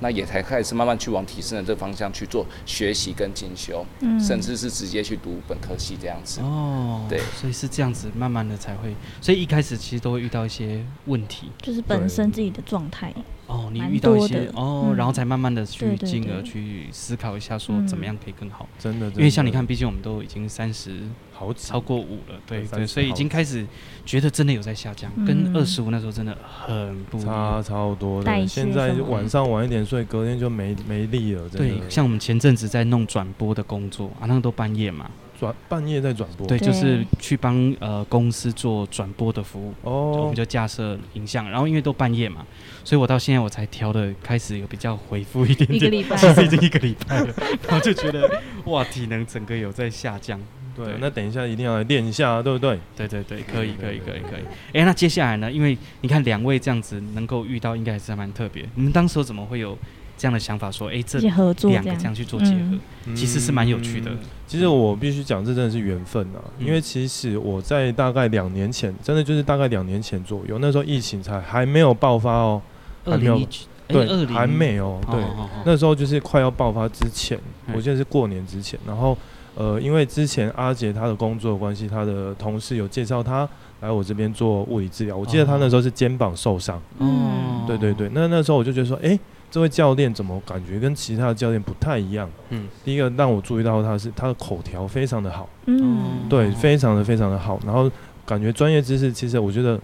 [SPEAKER 4] 那也才开始慢慢去往提升的这个方向去做学习跟进修，
[SPEAKER 2] 嗯
[SPEAKER 4] 甚至是直接去读本科系这样子。
[SPEAKER 1] 哦，
[SPEAKER 4] 对
[SPEAKER 1] 所以是这样子，慢慢的才会，所以一开始其实都会遇到一些问题，
[SPEAKER 2] 就是本身自己的状态。
[SPEAKER 1] 哦，你
[SPEAKER 2] 蛮
[SPEAKER 1] 遇到一
[SPEAKER 2] 多
[SPEAKER 1] 些
[SPEAKER 2] 的
[SPEAKER 1] 哦，
[SPEAKER 2] 嗯
[SPEAKER 1] 然后才慢慢的去
[SPEAKER 2] 对对
[SPEAKER 1] 进而
[SPEAKER 2] 对嗯
[SPEAKER 1] 去思考一下，说怎么样可以更好。
[SPEAKER 3] 真的，
[SPEAKER 1] 因为像你
[SPEAKER 3] 真的
[SPEAKER 1] 看，，毕竟我们都已经三十
[SPEAKER 3] 好几
[SPEAKER 1] 超过五了，对
[SPEAKER 3] 对
[SPEAKER 1] 对，
[SPEAKER 3] 30
[SPEAKER 1] 所以已经开始觉得真的有在下降，跟
[SPEAKER 2] 嗯
[SPEAKER 1] 二十五那时候真的很不一
[SPEAKER 3] 差
[SPEAKER 1] 样。
[SPEAKER 3] 超多
[SPEAKER 2] 代
[SPEAKER 3] 的。
[SPEAKER 2] 谢
[SPEAKER 3] 现在
[SPEAKER 2] 什么
[SPEAKER 3] 晚上晚一点睡，隔天就没没力了，真
[SPEAKER 1] 对，
[SPEAKER 3] 的。
[SPEAKER 1] 像我们前阵子在弄转播的工作啊，那个都半夜嘛，
[SPEAKER 3] 转半夜在转播，
[SPEAKER 1] 对，
[SPEAKER 2] 对
[SPEAKER 1] 就是去帮呃公司做转播的服务，我
[SPEAKER 3] 哦
[SPEAKER 1] 们，就架设影像，然后因为都半夜嘛，所以我到现在我才调的开始有比较回复一点
[SPEAKER 2] 一个
[SPEAKER 1] 点，
[SPEAKER 2] 礼拜，
[SPEAKER 1] 其实已经一个礼拜了，然后就觉得哇，体能整个有在下降。
[SPEAKER 3] 对
[SPEAKER 1] 对，
[SPEAKER 3] 那等一下一定要来练一下啊，对不对？
[SPEAKER 1] 对对对，可以可
[SPEAKER 3] 对
[SPEAKER 1] 以可
[SPEAKER 3] 对
[SPEAKER 1] 以可以。哎，那接下来呢？因为你看两位这样子能够遇到，应该还是蛮特别。你们当时候怎么会有这样的想法说，哎，这
[SPEAKER 2] 一起合作
[SPEAKER 1] 两
[SPEAKER 2] 这
[SPEAKER 1] 个这样
[SPEAKER 2] 样，
[SPEAKER 1] 去做结合
[SPEAKER 2] 嗯，
[SPEAKER 1] 其实是蛮有趣的
[SPEAKER 3] 嗯。其实我必须讲，这真的是缘分啊！
[SPEAKER 1] 嗯
[SPEAKER 3] 因为其实我在大概两年前，真的就是大概两年前左右，那时候疫情才还没有爆发哦，
[SPEAKER 1] 二
[SPEAKER 3] 还没有
[SPEAKER 1] 零一九，哎
[SPEAKER 3] 对，
[SPEAKER 1] 20
[SPEAKER 3] 还没有，对，
[SPEAKER 1] 哦哦哦
[SPEAKER 3] 那时候就是快要爆发之前，
[SPEAKER 1] 嗯
[SPEAKER 3] 我记得是过年之前，然后呃，因为之前阿杰他的工作关系，他的同事有介绍他来我这边做物理治疗，我记得他那时候是肩膀受伤，
[SPEAKER 1] 哦
[SPEAKER 2] 嗯
[SPEAKER 3] 对对对，，那那时候我就觉得说，诶，这位教练怎么感觉跟其他的教练不太一样？
[SPEAKER 1] 嗯，
[SPEAKER 3] 第一个让我注意到他是他的口条非常的好，
[SPEAKER 2] 嗯，
[SPEAKER 3] 对，
[SPEAKER 1] 哦
[SPEAKER 3] 非常的非常的好，然后感觉专业知识其实我觉得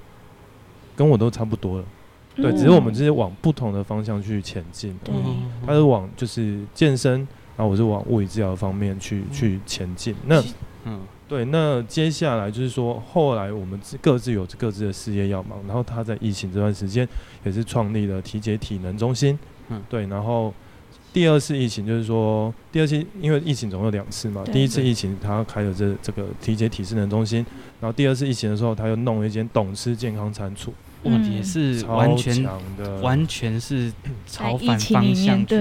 [SPEAKER 3] 跟我都差不多了，对，
[SPEAKER 2] 嗯
[SPEAKER 3] 只是我们只是往不同的方向去前进，
[SPEAKER 1] 嗯
[SPEAKER 2] 对
[SPEAKER 1] 哦
[SPEAKER 3] 他是往就是健身，然后我是往物理治疗方面去、
[SPEAKER 1] 嗯
[SPEAKER 3] 去前进。那
[SPEAKER 1] 嗯
[SPEAKER 3] 对，那接下来就是说，后来我们自各自有各自的事业要忙，然后他在疫情这段时间也是创立了体解体能中心，
[SPEAKER 1] 嗯
[SPEAKER 3] 对，然后。第二次疫情就是说，第二次因为疫情总有两次嘛，
[SPEAKER 2] 对
[SPEAKER 3] 第一次
[SPEAKER 1] 对
[SPEAKER 3] 疫情他开了这这个体解体适能中心，然后第二次疫情的时候，他又弄了一间懂吃健康餐厨，
[SPEAKER 1] 哇，
[SPEAKER 2] 嗯
[SPEAKER 1] 也是
[SPEAKER 3] 超
[SPEAKER 1] 完全
[SPEAKER 3] 强的，
[SPEAKER 1] 完全是
[SPEAKER 2] 在
[SPEAKER 1] 朝
[SPEAKER 2] 疫
[SPEAKER 1] 反
[SPEAKER 2] 情
[SPEAKER 1] 方
[SPEAKER 2] 里面，
[SPEAKER 1] 向去，
[SPEAKER 2] 对，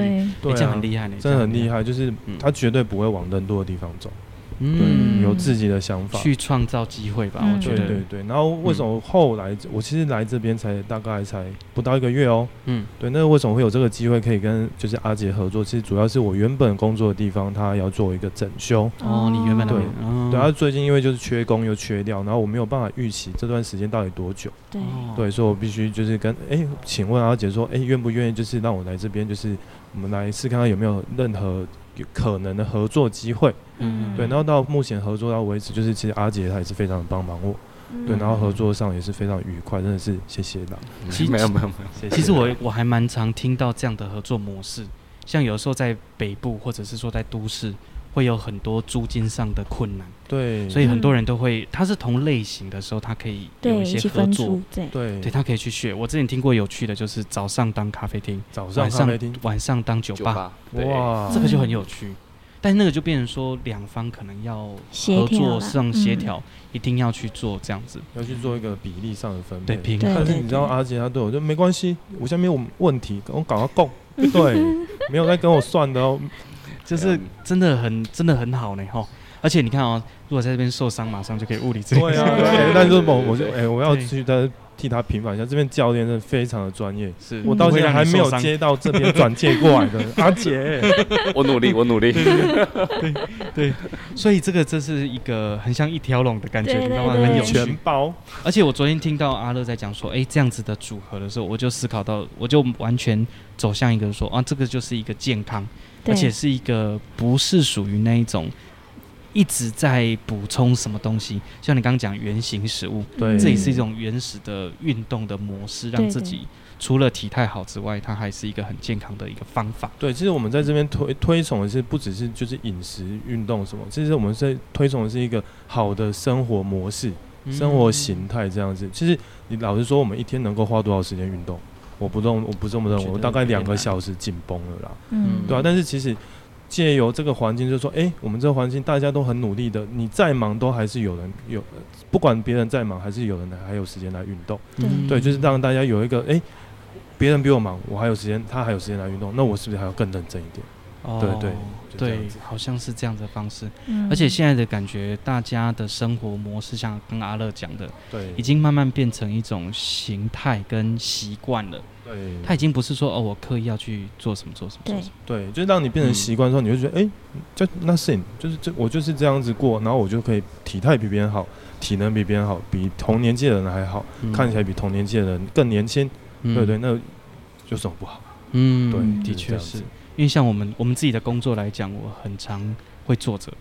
[SPEAKER 1] 嗯哎
[SPEAKER 3] 对、啊，
[SPEAKER 1] 这样很厉害呢，
[SPEAKER 3] 真的很厉
[SPEAKER 1] 害，
[SPEAKER 3] 害，就是
[SPEAKER 1] 嗯
[SPEAKER 3] 他绝对不会往人多的地方走，对，
[SPEAKER 1] 嗯，
[SPEAKER 3] 有自己的想法。
[SPEAKER 1] 去创造机会吧，
[SPEAKER 2] 嗯
[SPEAKER 1] 我觉
[SPEAKER 3] 对
[SPEAKER 1] 得，
[SPEAKER 3] 对对，然后为什么后来我其实来这边才大概才不到一个月哦？
[SPEAKER 1] 嗯
[SPEAKER 3] 对，那为什么会有这个机会可以跟就是阿杰合作？其实主要是我原本工作的地方，他要做一个整修，
[SPEAKER 1] 哦，你原本那
[SPEAKER 3] 对
[SPEAKER 1] 边，哦
[SPEAKER 3] 对，他啊最近因为就是缺工又缺料，然后我没有办法预期这段时间到底多久，
[SPEAKER 2] 对，
[SPEAKER 1] 哦
[SPEAKER 3] 对，所以我必须就是跟哎，请问阿杰说，哎，愿不愿意就是让我来这边，就是我们来试看看有没有任何有可能的合作机会。
[SPEAKER 1] 嗯
[SPEAKER 3] 对，然后到目前合作到为止，就是其实阿杰他也是非常帮忙我，
[SPEAKER 2] 嗯
[SPEAKER 3] 对，然后合作上也是非常愉快，真的是谢谢啦。
[SPEAKER 1] 其
[SPEAKER 4] 没有没有没有，
[SPEAKER 3] 谢谢
[SPEAKER 1] 其实我我还蛮常听到这样的合作模式，像有时候在北部或者是说在都市，会有很多租金上的困难，
[SPEAKER 3] 对，
[SPEAKER 1] 所以很多人都会，他是同类型的时候，他可以有
[SPEAKER 2] 对，
[SPEAKER 1] 一
[SPEAKER 2] 一起
[SPEAKER 1] 些合
[SPEAKER 2] 分
[SPEAKER 1] 作
[SPEAKER 2] 组，，对，
[SPEAKER 3] 对
[SPEAKER 1] 对他可以去学。我之前听过有趣的，就是早上当咖啡厅，
[SPEAKER 3] 早上
[SPEAKER 1] 晚
[SPEAKER 3] 咖
[SPEAKER 1] 上
[SPEAKER 3] 啡厅，
[SPEAKER 1] 晚上当酒
[SPEAKER 4] 酒
[SPEAKER 1] 吧，
[SPEAKER 4] 吧，对，
[SPEAKER 3] 哇，
[SPEAKER 1] 这个就很有趣。但那个就变成说，两方可能要
[SPEAKER 2] 协
[SPEAKER 1] 合
[SPEAKER 2] 调嗯
[SPEAKER 1] 作
[SPEAKER 2] 啦
[SPEAKER 1] 上协，调，一定要去做这样子，
[SPEAKER 3] 要去做一个比例上的分
[SPEAKER 1] 对
[SPEAKER 3] 配。
[SPEAKER 1] 平
[SPEAKER 2] 对
[SPEAKER 1] 衡
[SPEAKER 3] 但。是你知道阿杰他对我就没关系，我下面有问题我搞到供，对，没有在跟我算的哦。
[SPEAKER 1] 就是真的很真的很好呢吼。而且你看哦，如果在这边受伤，马上就可以物理治疗。
[SPEAKER 3] 对啊，
[SPEAKER 2] 对
[SPEAKER 3] 对，
[SPEAKER 2] 对
[SPEAKER 3] 但是
[SPEAKER 4] 对
[SPEAKER 3] 我
[SPEAKER 4] 对
[SPEAKER 3] 我就
[SPEAKER 4] 对
[SPEAKER 3] 哎，我要
[SPEAKER 1] 对
[SPEAKER 3] 去他替他平反一下，这边教练真的非常的专业，
[SPEAKER 1] 是
[SPEAKER 3] 我到
[SPEAKER 1] 不会
[SPEAKER 3] 现在
[SPEAKER 1] 让
[SPEAKER 3] 还
[SPEAKER 1] 你
[SPEAKER 3] 没有
[SPEAKER 1] 受伤
[SPEAKER 3] 接到这边转介过来 的阿杰。
[SPEAKER 4] 我努力我努力，
[SPEAKER 1] 所以这个这是一个很像一条龙的感觉，
[SPEAKER 2] 对
[SPEAKER 1] 你知道吗？
[SPEAKER 2] 对对
[SPEAKER 1] 很有
[SPEAKER 3] 全
[SPEAKER 1] 趣。
[SPEAKER 3] 包，
[SPEAKER 1] 而且我昨天听到阿乐在讲说，哎，这样子的组合的时候，我就思考到，我就完全走向一个说，啊，这个就是一个健康，
[SPEAKER 2] 嗯对
[SPEAKER 1] 而且是一个不是属于那一种一直在补充什么东西，像你刚刚讲原型食物，
[SPEAKER 3] 对
[SPEAKER 1] 这也是一种原始的运动的模式，让
[SPEAKER 2] 对
[SPEAKER 1] 自
[SPEAKER 2] 对
[SPEAKER 1] 己除了体态好之外，它还是一个很健康的一个方法。
[SPEAKER 3] 对，其实我们在这边推推崇的是不只是就是饮食、运动什么，其实我们是推崇的是一个好的生活模式、
[SPEAKER 1] 嗯
[SPEAKER 3] 生活形态这样子。其实你老实说，我们一天能够花多少时间运动？我不动，我不这么认
[SPEAKER 1] 觉
[SPEAKER 3] 为，
[SPEAKER 1] 得
[SPEAKER 3] 我大概
[SPEAKER 1] 有点
[SPEAKER 3] 两个
[SPEAKER 1] 难
[SPEAKER 3] 小时紧绷了啦，
[SPEAKER 2] 嗯，
[SPEAKER 3] 对啊。但是其实借由这个环境，就说，哎、我们这个环境大家都很努力的，你再忙都还是有人有，不管别人再忙，还是有人还有时间来运动。
[SPEAKER 1] 嗯，
[SPEAKER 3] 对，就是让大家有一个，哎、别人比我忙，我还有时间，他还有时间来运动，那我是不是还要更认真一点？
[SPEAKER 1] 哦
[SPEAKER 3] 对对就这样
[SPEAKER 1] 对
[SPEAKER 3] 子，
[SPEAKER 1] 好像是这样的方式。
[SPEAKER 2] 嗯
[SPEAKER 1] 而且现在的感觉，大家的生活模式，像跟阿乐讲的，
[SPEAKER 3] 对，
[SPEAKER 1] 已经慢慢变成一种形态跟习惯了。
[SPEAKER 3] 对，
[SPEAKER 1] 他已经不是说哦，我刻意要去做什么做什么做
[SPEAKER 2] 对
[SPEAKER 1] 什么。
[SPEAKER 3] 对，就是让你变成习惯之后，你就觉得，哎、就 nothing，就是这我就是这样子过，然后我就可以体态比别人好，体能比别人好，比同年纪的人还好，
[SPEAKER 1] 嗯
[SPEAKER 3] 看起来比同年纪的人更年轻，
[SPEAKER 1] 嗯
[SPEAKER 3] 对对，那有什么不好？对，
[SPEAKER 1] 嗯，
[SPEAKER 3] 就
[SPEAKER 1] 的
[SPEAKER 3] 这
[SPEAKER 1] 确
[SPEAKER 3] 样
[SPEAKER 1] 是
[SPEAKER 3] 子
[SPEAKER 1] 因为像我们我们自己的工作来讲，我很常会坐着，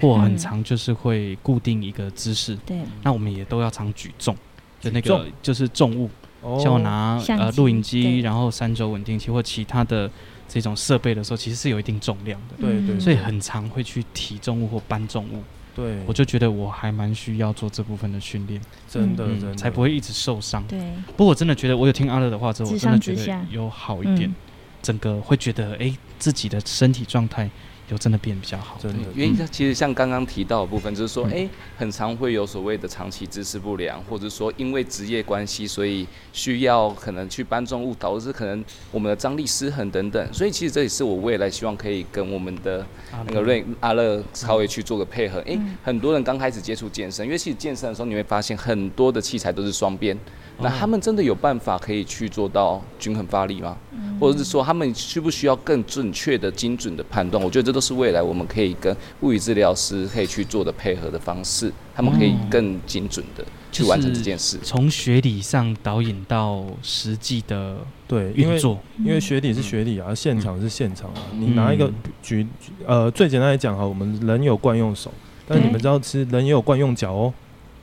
[SPEAKER 1] 或很
[SPEAKER 2] 嗯
[SPEAKER 1] 常就是会固定一个姿势。
[SPEAKER 2] 对，嗯
[SPEAKER 1] 那我们也都要常举重，就那
[SPEAKER 3] 举
[SPEAKER 1] 个
[SPEAKER 3] 重
[SPEAKER 1] 就是重物，
[SPEAKER 3] 哦
[SPEAKER 1] 像我拿
[SPEAKER 2] 相
[SPEAKER 1] 呃
[SPEAKER 2] 机
[SPEAKER 1] 录影机，
[SPEAKER 2] 对
[SPEAKER 1] 然后三轴稳定器或其他的这种设备的时候，其实是有一定重量的，
[SPEAKER 3] 对对，
[SPEAKER 2] 嗯
[SPEAKER 1] 所以很常会去提重物或搬重物。
[SPEAKER 3] 对，
[SPEAKER 1] 我就觉得我还蛮需要做这部分的训练，
[SPEAKER 3] 真的
[SPEAKER 1] 嗯
[SPEAKER 3] 真的
[SPEAKER 1] 才不会一直受伤。
[SPEAKER 2] 对，
[SPEAKER 1] 不过我真的觉得，我有听阿乐的话之后，我
[SPEAKER 2] 自
[SPEAKER 1] 真的
[SPEAKER 2] 上
[SPEAKER 1] 觉
[SPEAKER 2] 自
[SPEAKER 1] 得
[SPEAKER 2] 下
[SPEAKER 1] 有好一点，
[SPEAKER 2] 嗯
[SPEAKER 1] 整个会觉得哎、诶自己的身体状态有真的变比较好。
[SPEAKER 3] 真的
[SPEAKER 4] 原因它其实像刚刚提到的部分，就是说，
[SPEAKER 1] 嗯
[SPEAKER 4] 哎、很常会有所谓的长期姿势不良，或者说因为职业关系，所以需要可能去搬重物，导致可能我们的张力失衡等等。所以其实这也是我未来希望可以跟我们的
[SPEAKER 1] 阿
[SPEAKER 4] 那个
[SPEAKER 1] 乐
[SPEAKER 4] 瑞阿乐稍微去做个配合。哎、
[SPEAKER 2] 嗯
[SPEAKER 4] 很多人刚开始接触健身，因为其实健身的时候你会发现很多的器材都是双边，那他们真的有办法可以去做到均衡发力吗？
[SPEAKER 2] 嗯
[SPEAKER 4] 或者是说他们需不需要更准确的、精准的判断？我觉得这都是未来我们可以跟物理治疗师可以去做的配合的方式，他们可以
[SPEAKER 1] 嗯
[SPEAKER 4] 更精准的去
[SPEAKER 1] 就是
[SPEAKER 4] 完成这件事。
[SPEAKER 1] 从学理上导引到实际的
[SPEAKER 3] 对，因
[SPEAKER 1] 运
[SPEAKER 3] 为
[SPEAKER 1] 作，
[SPEAKER 2] 嗯
[SPEAKER 3] 因为学理是学理啊，现场是现场啊。
[SPEAKER 4] 嗯
[SPEAKER 3] 你拿一个
[SPEAKER 1] 嗯
[SPEAKER 3] 举举呃，最简单来讲哈，我们人有惯用手，但你们
[SPEAKER 2] 对
[SPEAKER 3] 知道，其实人也有惯用脚哦。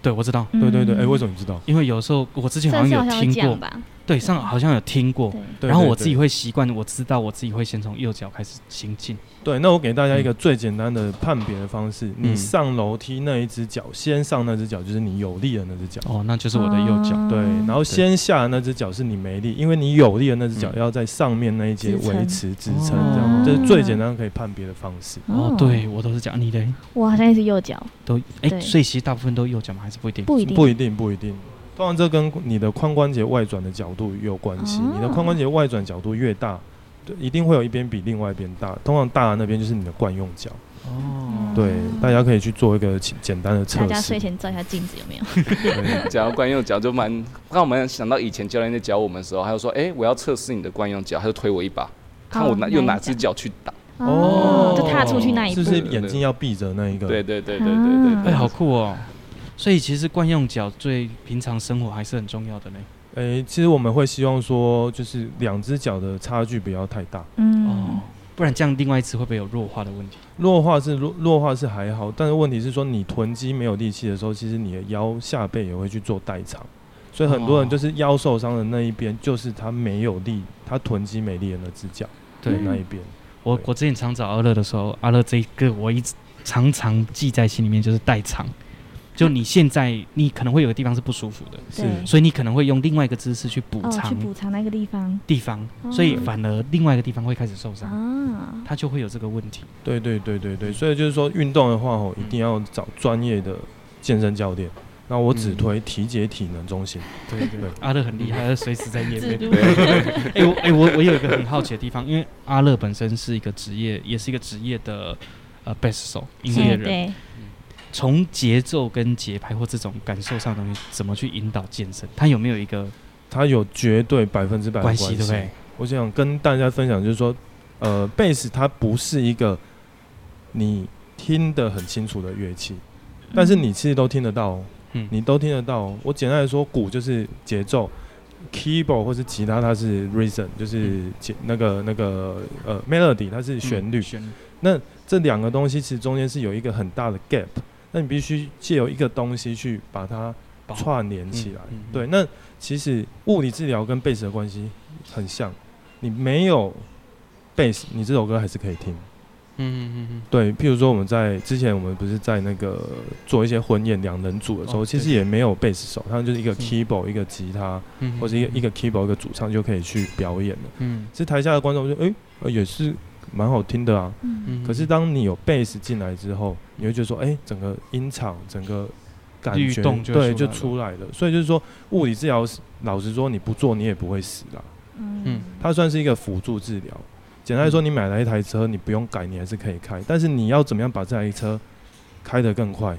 [SPEAKER 1] 对我知道，
[SPEAKER 3] 对对对，哎，为
[SPEAKER 2] 么？
[SPEAKER 3] 什么你知道？
[SPEAKER 1] 因为有时候我之前好
[SPEAKER 2] 上次
[SPEAKER 1] 像
[SPEAKER 2] 嗯好
[SPEAKER 1] 有
[SPEAKER 2] 像
[SPEAKER 1] 听
[SPEAKER 2] 有哦讲
[SPEAKER 1] 过，
[SPEAKER 2] 吧，
[SPEAKER 1] 对，上好像有听过
[SPEAKER 2] 对。，
[SPEAKER 3] 对
[SPEAKER 1] 然后
[SPEAKER 3] 对
[SPEAKER 1] 我
[SPEAKER 3] 对
[SPEAKER 1] 自己会习惯，我知道我自己会先从右脚开始行进。
[SPEAKER 3] 对，那我给大家一个最简单的判别的方式：
[SPEAKER 1] 嗯
[SPEAKER 3] 你上楼梯那一只脚，先上那只脚就是你有力的那只脚，
[SPEAKER 1] 哦，那就是我的右脚。
[SPEAKER 2] 哦
[SPEAKER 3] 对，然后先下那只脚是你没力，因为你有力的那只脚
[SPEAKER 4] 嗯
[SPEAKER 3] 要在上面那一节
[SPEAKER 2] 支撑
[SPEAKER 3] 维持支撑，这样
[SPEAKER 1] 哦
[SPEAKER 3] 这是最简单可以判别的方式。
[SPEAKER 1] 哦，对，我都是讲你的
[SPEAKER 2] 我好像也是右脚，
[SPEAKER 1] 都哎、
[SPEAKER 2] 对
[SPEAKER 1] 所以其实大部分都右脚吗？还是不一定？
[SPEAKER 2] 不一定，
[SPEAKER 3] 不一定，不一定。通常这跟你的髋关节外转的角度有关系。
[SPEAKER 2] 哦
[SPEAKER 3] 你的髋关节外转角度越大，对，一定会有一边比另外一边大。通常大的那边就是你的惯用脚。
[SPEAKER 1] 哦
[SPEAKER 2] 嗯
[SPEAKER 3] 对，大家可以去做一个简简单的测
[SPEAKER 2] 大
[SPEAKER 3] 试。
[SPEAKER 2] 家睡前照一下镜子有没有？
[SPEAKER 3] 对
[SPEAKER 4] 讲到惯用脚就蛮让我们想到以前教练在教我们的时候，他就说：“哎、我要测试你的惯用脚。”他就推我一把，看我拿、
[SPEAKER 2] 哦
[SPEAKER 4] 用哪
[SPEAKER 2] 一
[SPEAKER 4] 只
[SPEAKER 2] 脚？
[SPEAKER 4] 脚去打。
[SPEAKER 2] 哦，就踏出去那一步
[SPEAKER 3] 是，不是眼睛要闭着那一个？
[SPEAKER 4] 对对对对对对
[SPEAKER 1] 哎、
[SPEAKER 4] 对，
[SPEAKER 1] 好酷哦！所以其实惯用脚对平常生活还是很重要的嘞。
[SPEAKER 3] 诶、其实我们会希望说，就是两只脚的差距不要太大。
[SPEAKER 1] 哦
[SPEAKER 2] 嗯，，
[SPEAKER 1] 不然这样另外一次会不会有弱化的问题？
[SPEAKER 3] 弱化是弱弱化是还好，但是问题是说你臀肌没有力气的时候，其实你的腰下背也会去做代偿，所以很多人就是腰受伤的那一边，就是他没有力，他臀肌没力的那只脚，
[SPEAKER 1] 对
[SPEAKER 2] 嗯
[SPEAKER 3] 那一边。
[SPEAKER 1] 我
[SPEAKER 3] 对
[SPEAKER 1] 我之前常找阿乐的时候，阿乐这一个我一直常常记在心里面，就是代偿。就你现在你可能会有个地方是不舒服的，
[SPEAKER 3] 是
[SPEAKER 2] 对
[SPEAKER 1] 所以你可能会用另外一个姿势去补
[SPEAKER 2] 嗯哦，去
[SPEAKER 1] 偿
[SPEAKER 2] 补偿那个地方
[SPEAKER 1] 地方，所以反而另外一个地方会开始受伤，
[SPEAKER 2] 啊，
[SPEAKER 1] 它就会有这个问题。
[SPEAKER 3] 对对对对对，所以就是说运动的话哦，一定要找专业的健身教练。那我只推体解体能中心。
[SPEAKER 1] 嗯对对
[SPEAKER 3] 对
[SPEAKER 1] 阿乐很厉 害，他随时在夜
[SPEAKER 2] 自
[SPEAKER 1] 面。
[SPEAKER 2] 助
[SPEAKER 1] 哎、我哎、我我有一个很好奇的地方，因为阿乐本身是一个职业，也是一个职业的呃贝斯手音乐
[SPEAKER 2] 是
[SPEAKER 1] 人，
[SPEAKER 2] 对，
[SPEAKER 1] 从节奏跟节拍或这种感受上的东西，怎么去引导健身？他有没有一个
[SPEAKER 3] 它有绝对百分之百的
[SPEAKER 1] 关
[SPEAKER 3] 关
[SPEAKER 1] 系，对不对？
[SPEAKER 3] 我想跟大家分享，就是说，呃，贝斯它不是一个你听得很清楚的乐器，但是你其实都听得到哦，
[SPEAKER 1] 嗯
[SPEAKER 3] 你都听得到哦。我简单来说，鼓就是节奏，keyboard 或是吉他它是 reason，就是
[SPEAKER 1] 嗯
[SPEAKER 3] 节那个那个呃 melody，它是旋律。
[SPEAKER 1] 旋律，
[SPEAKER 3] 这两个东西其实中间是有一个很大的 gap，那你必须借由一个东西去把它
[SPEAKER 1] 把
[SPEAKER 3] 串联起来。
[SPEAKER 1] 嗯嗯
[SPEAKER 3] 对，那其实物理治疗跟贝斯的关系很像，你没有贝斯，你这首歌还是可以听。
[SPEAKER 1] 嗯嗯嗯
[SPEAKER 3] 对，譬如说我们在之前我们不是在那个做一些婚宴两人组的时候，
[SPEAKER 1] 哦
[SPEAKER 3] 其实
[SPEAKER 1] 对
[SPEAKER 3] 也没有贝斯手，他们就是一个
[SPEAKER 1] 嗯
[SPEAKER 3] keyboard、一个吉他
[SPEAKER 1] 嗯
[SPEAKER 3] 或者一个一个 keyboard 一个主唱就可以去表演了。
[SPEAKER 1] 嗯
[SPEAKER 3] 其实台下的观众就哎、诶呃也是蛮好听的啊，
[SPEAKER 2] 嗯，
[SPEAKER 1] 嗯
[SPEAKER 3] 可是当你有 bass 进来之后，你会觉得说，哎、整个音场、整个感
[SPEAKER 1] 律
[SPEAKER 3] 觉，
[SPEAKER 1] 动就
[SPEAKER 3] 对，
[SPEAKER 1] 出
[SPEAKER 3] 就
[SPEAKER 1] 来了
[SPEAKER 3] 出来了。所以就是说，物理治疗师，老实说，你不做你也不会死啦。
[SPEAKER 1] 嗯
[SPEAKER 2] 嗯，
[SPEAKER 3] 它算是一个辅助治疗。简单来说，你买来一台车，你不用改，你还是可以开。但是你要怎么样把这台车开得更快，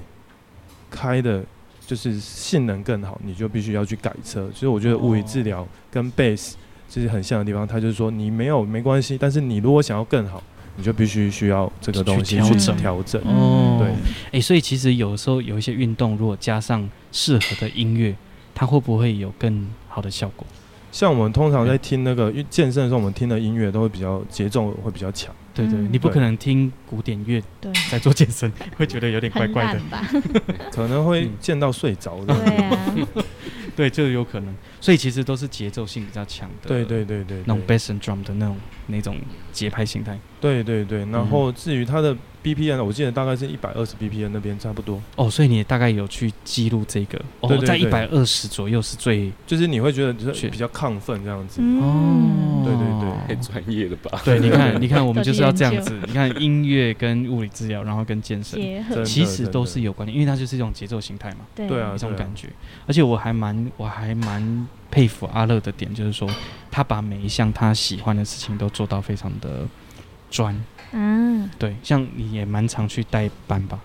[SPEAKER 3] 开的就是性能更好，你就必须要去改车。所以我觉得物理治疗跟 bass 就是很像的地方，它就是说你没有没关系，但是你如果想要更好，你就必须需要这个东
[SPEAKER 1] 去
[SPEAKER 3] 西
[SPEAKER 2] 调
[SPEAKER 3] 去
[SPEAKER 2] 整
[SPEAKER 3] 调整。
[SPEAKER 1] 哦，
[SPEAKER 3] 对，
[SPEAKER 1] 哎、所以其实有时候有一些运动，如果加上适合的音乐，它会不会有更好的效果？
[SPEAKER 3] 像我们通常在听那个因为健身的时候，我们听的音乐都会比较节奏会比较强。
[SPEAKER 1] 对对，
[SPEAKER 2] 嗯
[SPEAKER 1] 你不可
[SPEAKER 3] 对
[SPEAKER 1] 能听古典乐
[SPEAKER 2] 对，
[SPEAKER 1] 在做健身，会觉得有点怪
[SPEAKER 2] 很
[SPEAKER 1] 怪的
[SPEAKER 2] 烂。 吧？
[SPEAKER 3] 可能会
[SPEAKER 1] 嗯
[SPEAKER 3] 见到睡着的。
[SPEAKER 2] 对 啊，
[SPEAKER 1] 对，就有可能。所以其实都是节奏性比较强的，
[SPEAKER 3] 对对对对，
[SPEAKER 1] 那种
[SPEAKER 3] 对
[SPEAKER 1] bass and drum 的那种那种节拍形态。
[SPEAKER 3] 对对对，然后至于它的 BPN，我记得大概是一百二十 BPN 那边差不多，
[SPEAKER 1] 哦，所以你大概有去记录这个，哦，
[SPEAKER 3] 对对
[SPEAKER 1] 在一
[SPEAKER 3] 对
[SPEAKER 1] 百二十左右是最，
[SPEAKER 3] 就是你会觉得就是
[SPEAKER 1] 是
[SPEAKER 3] 比较亢奋这样子。
[SPEAKER 1] 哦，
[SPEAKER 2] 嗯，
[SPEAKER 3] 对对
[SPEAKER 4] 太专业了 吧？
[SPEAKER 1] 对，你看，你看，我们
[SPEAKER 2] 要去
[SPEAKER 1] 就是要
[SPEAKER 2] 研
[SPEAKER 1] 这样
[SPEAKER 2] 究
[SPEAKER 1] 子。你看，音乐跟物理治疗，然后跟健身，
[SPEAKER 2] 结合
[SPEAKER 3] 真的
[SPEAKER 1] 其实都是有关联，因为它就是一种节奏形态嘛，
[SPEAKER 2] 对
[SPEAKER 3] 对啊
[SPEAKER 1] 一种感觉。而且我还蛮我还蛮佩服阿乐的点，就是说他把每一项他喜欢的事情都做到非常的专。
[SPEAKER 2] 啊，
[SPEAKER 1] 对，像你也蛮常去带班吧，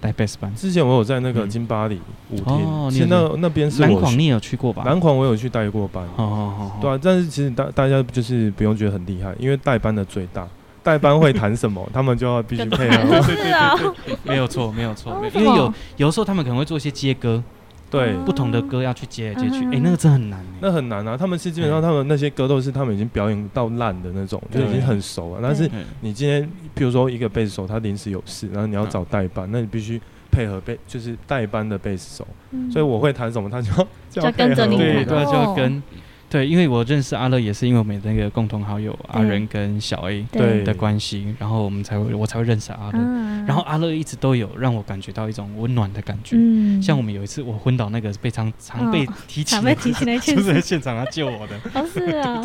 [SPEAKER 1] 带贝斯班。
[SPEAKER 3] 之前我有在那个
[SPEAKER 1] 嗯
[SPEAKER 3] 金巴黎舞
[SPEAKER 1] 哦
[SPEAKER 3] 厅，
[SPEAKER 1] 你
[SPEAKER 3] 其实
[SPEAKER 1] 有
[SPEAKER 3] 那那边是
[SPEAKER 1] 蓝
[SPEAKER 3] 我
[SPEAKER 1] 广
[SPEAKER 3] 去
[SPEAKER 1] 你也有去过吧？
[SPEAKER 3] 蓝广我有去带过班，
[SPEAKER 1] 哦哦哦，
[SPEAKER 3] 对啊，但是其实大大家就是不用觉得很厉害，因为代班的最大，代班会弹什么，他 们就要必须 配合。
[SPEAKER 2] 是啊，
[SPEAKER 1] 没有错，没有错，
[SPEAKER 2] 哦
[SPEAKER 1] 没有
[SPEAKER 2] 为
[SPEAKER 1] 因为
[SPEAKER 2] 什
[SPEAKER 1] 有
[SPEAKER 2] 么
[SPEAKER 1] 有时候他们可能会做一些接歌，
[SPEAKER 3] 对，
[SPEAKER 1] 不同的歌要去接来接去，
[SPEAKER 2] 嗯
[SPEAKER 1] 哎，那个真的很难欸。
[SPEAKER 3] 那很难啊。他们是基本上他们那些歌都是他们已经表演到烂的那种，就
[SPEAKER 1] 对
[SPEAKER 3] 已经很熟啊了。但是
[SPEAKER 1] 嗯
[SPEAKER 3] 你今天，比如说一个贝斯手他临时有事，然后你要找代班，那你必须配合贝，就是代班的贝斯手。
[SPEAKER 2] 嗯
[SPEAKER 3] 所以我会弹什么，他就要就要
[SPEAKER 2] 就跟着
[SPEAKER 3] 配合
[SPEAKER 2] 你
[SPEAKER 3] 对
[SPEAKER 1] 对，
[SPEAKER 2] 弹
[SPEAKER 1] 对啊，就要
[SPEAKER 2] 哦
[SPEAKER 1] 跟。对，因为我认识阿乐也是因为我们那个共同好友阿
[SPEAKER 2] 对
[SPEAKER 1] 仁跟小 A
[SPEAKER 3] 对
[SPEAKER 1] 的关系，然后我们才会我才会认识阿乐。
[SPEAKER 2] 啊，
[SPEAKER 1] 然后阿乐一直都有让我感觉到一种温暖的感觉。
[SPEAKER 2] 嗯，
[SPEAKER 1] 像我们有一次我昏倒那个被常常
[SPEAKER 2] 哦
[SPEAKER 1] 被提起
[SPEAKER 2] 常
[SPEAKER 1] 的，
[SPEAKER 2] 被提起 来去
[SPEAKER 1] 就是在现场他救我的，
[SPEAKER 2] 哦是 啊，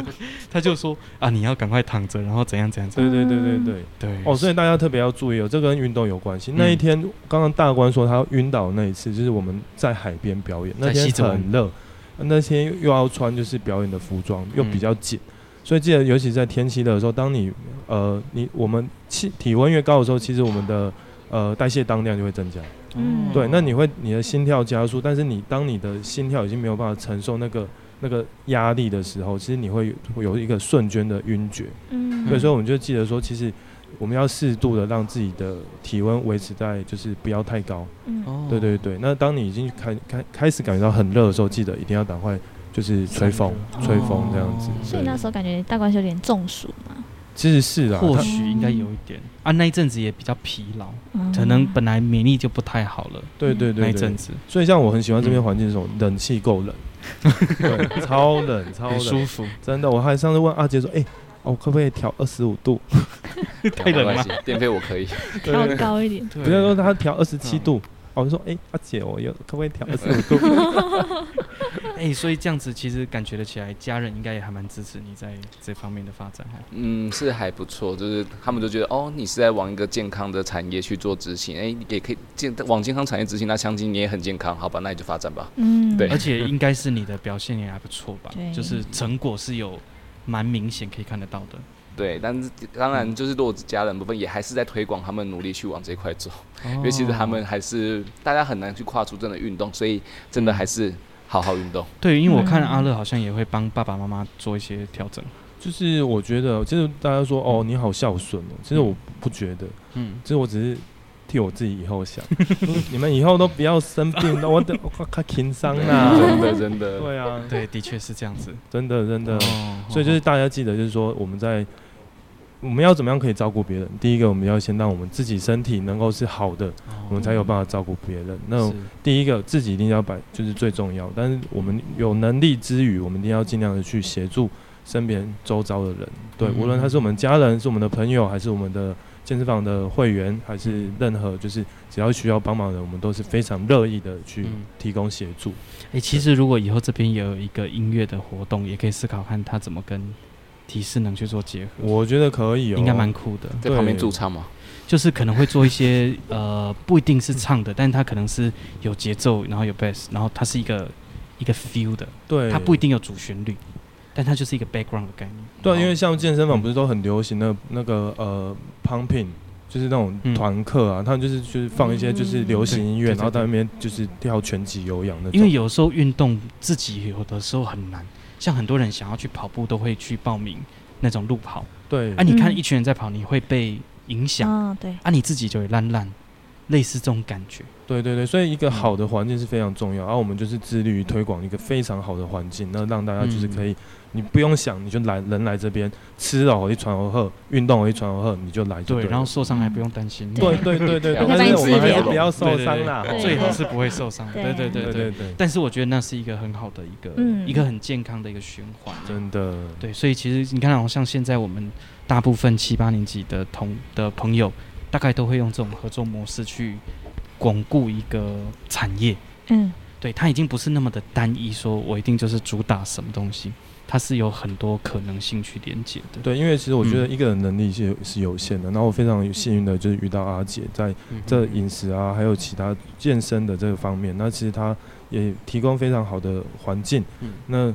[SPEAKER 1] 他就说啊你要赶快躺着，然后怎样怎样怎样。
[SPEAKER 3] 对对对对对。
[SPEAKER 1] 对，
[SPEAKER 3] 哦，所以大家特别要注意哦，这跟运动有关系。
[SPEAKER 1] 嗯
[SPEAKER 3] 那一天，刚刚大官说他晕倒那一次，就是我们在海边表演，那
[SPEAKER 1] 在
[SPEAKER 3] 天
[SPEAKER 1] 西子湾
[SPEAKER 3] 很热，那天又要穿就是表演的服装，又
[SPEAKER 1] 嗯
[SPEAKER 3] 比较紧，所以记得尤其在天气热的时候，当你呃你我们气体温越高的时候，其实我们的呃代谢当量就会增加。
[SPEAKER 2] 嗯
[SPEAKER 3] 对，那你会你的心跳加速，但是你当你的心跳已经没有办法承受那个那个压力的时候，其实你会有会有一个瞬间的晕厥。
[SPEAKER 2] 嗯，
[SPEAKER 3] 对，所以我们就记得说，其实我们要适度的让自己的体温维持在就是不要太高。
[SPEAKER 2] 嗯，
[SPEAKER 1] 哦
[SPEAKER 3] 对对对，那当你已经开开开始感觉到很热的时候，记得一定要赶快就是吹风，吹风这样子。
[SPEAKER 1] 哦
[SPEAKER 2] 所以那时候感觉大关系有点中暑嘛，
[SPEAKER 3] 其实是啊嗯啦，
[SPEAKER 1] 或
[SPEAKER 3] 它
[SPEAKER 1] 许应该有一点啊，那一阵子也比较疲劳，
[SPEAKER 2] 嗯
[SPEAKER 1] 可能本来免疫力就不太好了，
[SPEAKER 3] 对对
[SPEAKER 1] 那
[SPEAKER 3] 对
[SPEAKER 1] 一阵
[SPEAKER 3] 对。
[SPEAKER 1] 子
[SPEAKER 3] 所以像我很喜欢这边
[SPEAKER 1] 嗯
[SPEAKER 3] 环境是什么，冷气够 冷，对，超冷超
[SPEAKER 1] 很舒
[SPEAKER 3] 冷，
[SPEAKER 1] 服。
[SPEAKER 3] 真的。我还上次问阿杰说，哎。哦，可不可以调二十五度？
[SPEAKER 1] 太冷了
[SPEAKER 4] 没关系，电费我可以。
[SPEAKER 2] 调高一点，
[SPEAKER 1] 不
[SPEAKER 3] 不是说他调二十七度，
[SPEAKER 1] 嗯
[SPEAKER 3] 哦，我说，哎，阿姐，我有可不可 以调二十五度？
[SPEAKER 1] 哎、所以这样子其实感觉得起来，家人应该也还蛮支持你在这方面的发展哦。
[SPEAKER 4] 嗯，是还不错，就是他们就觉得哦，你是在往一个健康的产业去做执行，哎、也可以健往健康产业执行，那相信你也很健康，好吧，那你就发展吧。
[SPEAKER 2] 嗯，
[SPEAKER 4] 对
[SPEAKER 1] 而且应该是你的表现也还不错吧，
[SPEAKER 2] 对
[SPEAKER 1] 就是成果是有蛮明显可以看得到的。
[SPEAKER 4] 对，但是当然就是如果家人部分也还是在推广，他们努力去往这一块走，
[SPEAKER 1] 因
[SPEAKER 4] 因为其实他们还是大家很难去跨出真的运动，所以真的还是好好运动。
[SPEAKER 1] 对，因为我看
[SPEAKER 2] 嗯
[SPEAKER 1] 阿乐好像也会帮爸爸妈妈做一些调整。
[SPEAKER 3] 就是我觉得，其实大家说哦，你好孝顺哦，其实我
[SPEAKER 1] 嗯
[SPEAKER 3] 不觉得，
[SPEAKER 1] 嗯，
[SPEAKER 3] 其实我只是替我自己以后 想，你们以后都不要生病， 那我等我靠情商 啦，
[SPEAKER 4] 真的真的，
[SPEAKER 3] 对啊，
[SPEAKER 1] 对，的确是这样子。
[SPEAKER 3] 真的真的，
[SPEAKER 1] 哦
[SPEAKER 3] 所以就是大家记得，就是说我们在我们要怎么样可以照顾别人？第一个，我们要先让我们自己身体能够是好的，我们才有办法照顾别人。那
[SPEAKER 1] 哦是
[SPEAKER 3] 第一个，自己一定要摆，就是最重要。但是我们有能力之余，我们一定要尽量的去协助身边周遭的人。对，
[SPEAKER 1] 嗯
[SPEAKER 3] 无论他是我们家人、是我们的朋友，还是我们的健身房的会员，还是任何就是只要需要帮忙的，我们都是非常乐意的去
[SPEAKER 1] 嗯
[SPEAKER 3] 提供协助。
[SPEAKER 1] 哎、其实如果以后这边也有一个音乐的活动，也可以思考看他怎么跟提示能去做结合，
[SPEAKER 3] 我觉得可以哦，
[SPEAKER 1] 应该蛮酷的。
[SPEAKER 4] 在旁边驻唱嘛，
[SPEAKER 1] 就是可能会做一些呃，不一定是唱的，但他可能是有节奏，然后有 bass，然后它是一个一个 feel 的，
[SPEAKER 3] 对，
[SPEAKER 1] 它不一定有主旋律，但它就是一个 background 的概念。
[SPEAKER 3] 对，因为像健
[SPEAKER 1] 嗯
[SPEAKER 3] 身房不是都很流行那那个呃 pumping。就是那种
[SPEAKER 1] 嗯
[SPEAKER 3] 团课啊，他们就是就是放一些就是流行音乐，
[SPEAKER 1] 对对对
[SPEAKER 3] 然后在那边就是跳拳击、有氧那种。
[SPEAKER 1] 因为有时候运动自己有的时候很难，像很多人想要去跑步都会去报名那种路跑，
[SPEAKER 3] 对
[SPEAKER 1] 啊，你看
[SPEAKER 2] 嗯
[SPEAKER 1] 一群人在跑，你会被影响，
[SPEAKER 2] 啊，对，
[SPEAKER 1] 啊，你自己就会烂烂，类似这种感觉。
[SPEAKER 3] 对对对，所以一个好的环境是非常重要，而、啊我们就是致力于推广一个非常好的环境，那让大家就是
[SPEAKER 1] 嗯
[SPEAKER 3] 可以，你不用想，你就来人来这边吃了我一传而喝，运动我一传而喝，你就来就
[SPEAKER 1] 对，
[SPEAKER 3] 了
[SPEAKER 1] 然后受伤还不用担心。
[SPEAKER 3] 对对对对对，
[SPEAKER 4] 对
[SPEAKER 3] 但是我们还是不要
[SPEAKER 1] 对
[SPEAKER 3] 受伤啦，
[SPEAKER 1] 对对
[SPEAKER 2] 对
[SPEAKER 1] 最好是不会受伤。
[SPEAKER 2] 对
[SPEAKER 1] 对对对
[SPEAKER 3] 对
[SPEAKER 1] 对
[SPEAKER 3] 对。对，
[SPEAKER 1] 但是我觉得那是一个很好的一个、
[SPEAKER 2] 嗯
[SPEAKER 1] 一个很健康的一个循环。啊
[SPEAKER 3] 真的，
[SPEAKER 1] 对，所以其实你看，好像现在我们大部分七八年级的同的朋友，大概都会用这种合作模式去巩固一个产业。
[SPEAKER 2] 嗯，
[SPEAKER 1] 对，它已经不是那么的单一，说我一定就是主打什么东西，它是有很多可能性去连接的。
[SPEAKER 3] 对，因为其实我觉
[SPEAKER 1] 嗯
[SPEAKER 3] 得一个人能力是是有限的，然后我非常有幸运的就是遇到阿姐，在
[SPEAKER 1] 嗯哼
[SPEAKER 3] 这饮食啊，还有其他健身的这个方面，那其实她也提供非常好的环境，
[SPEAKER 1] 嗯
[SPEAKER 3] 那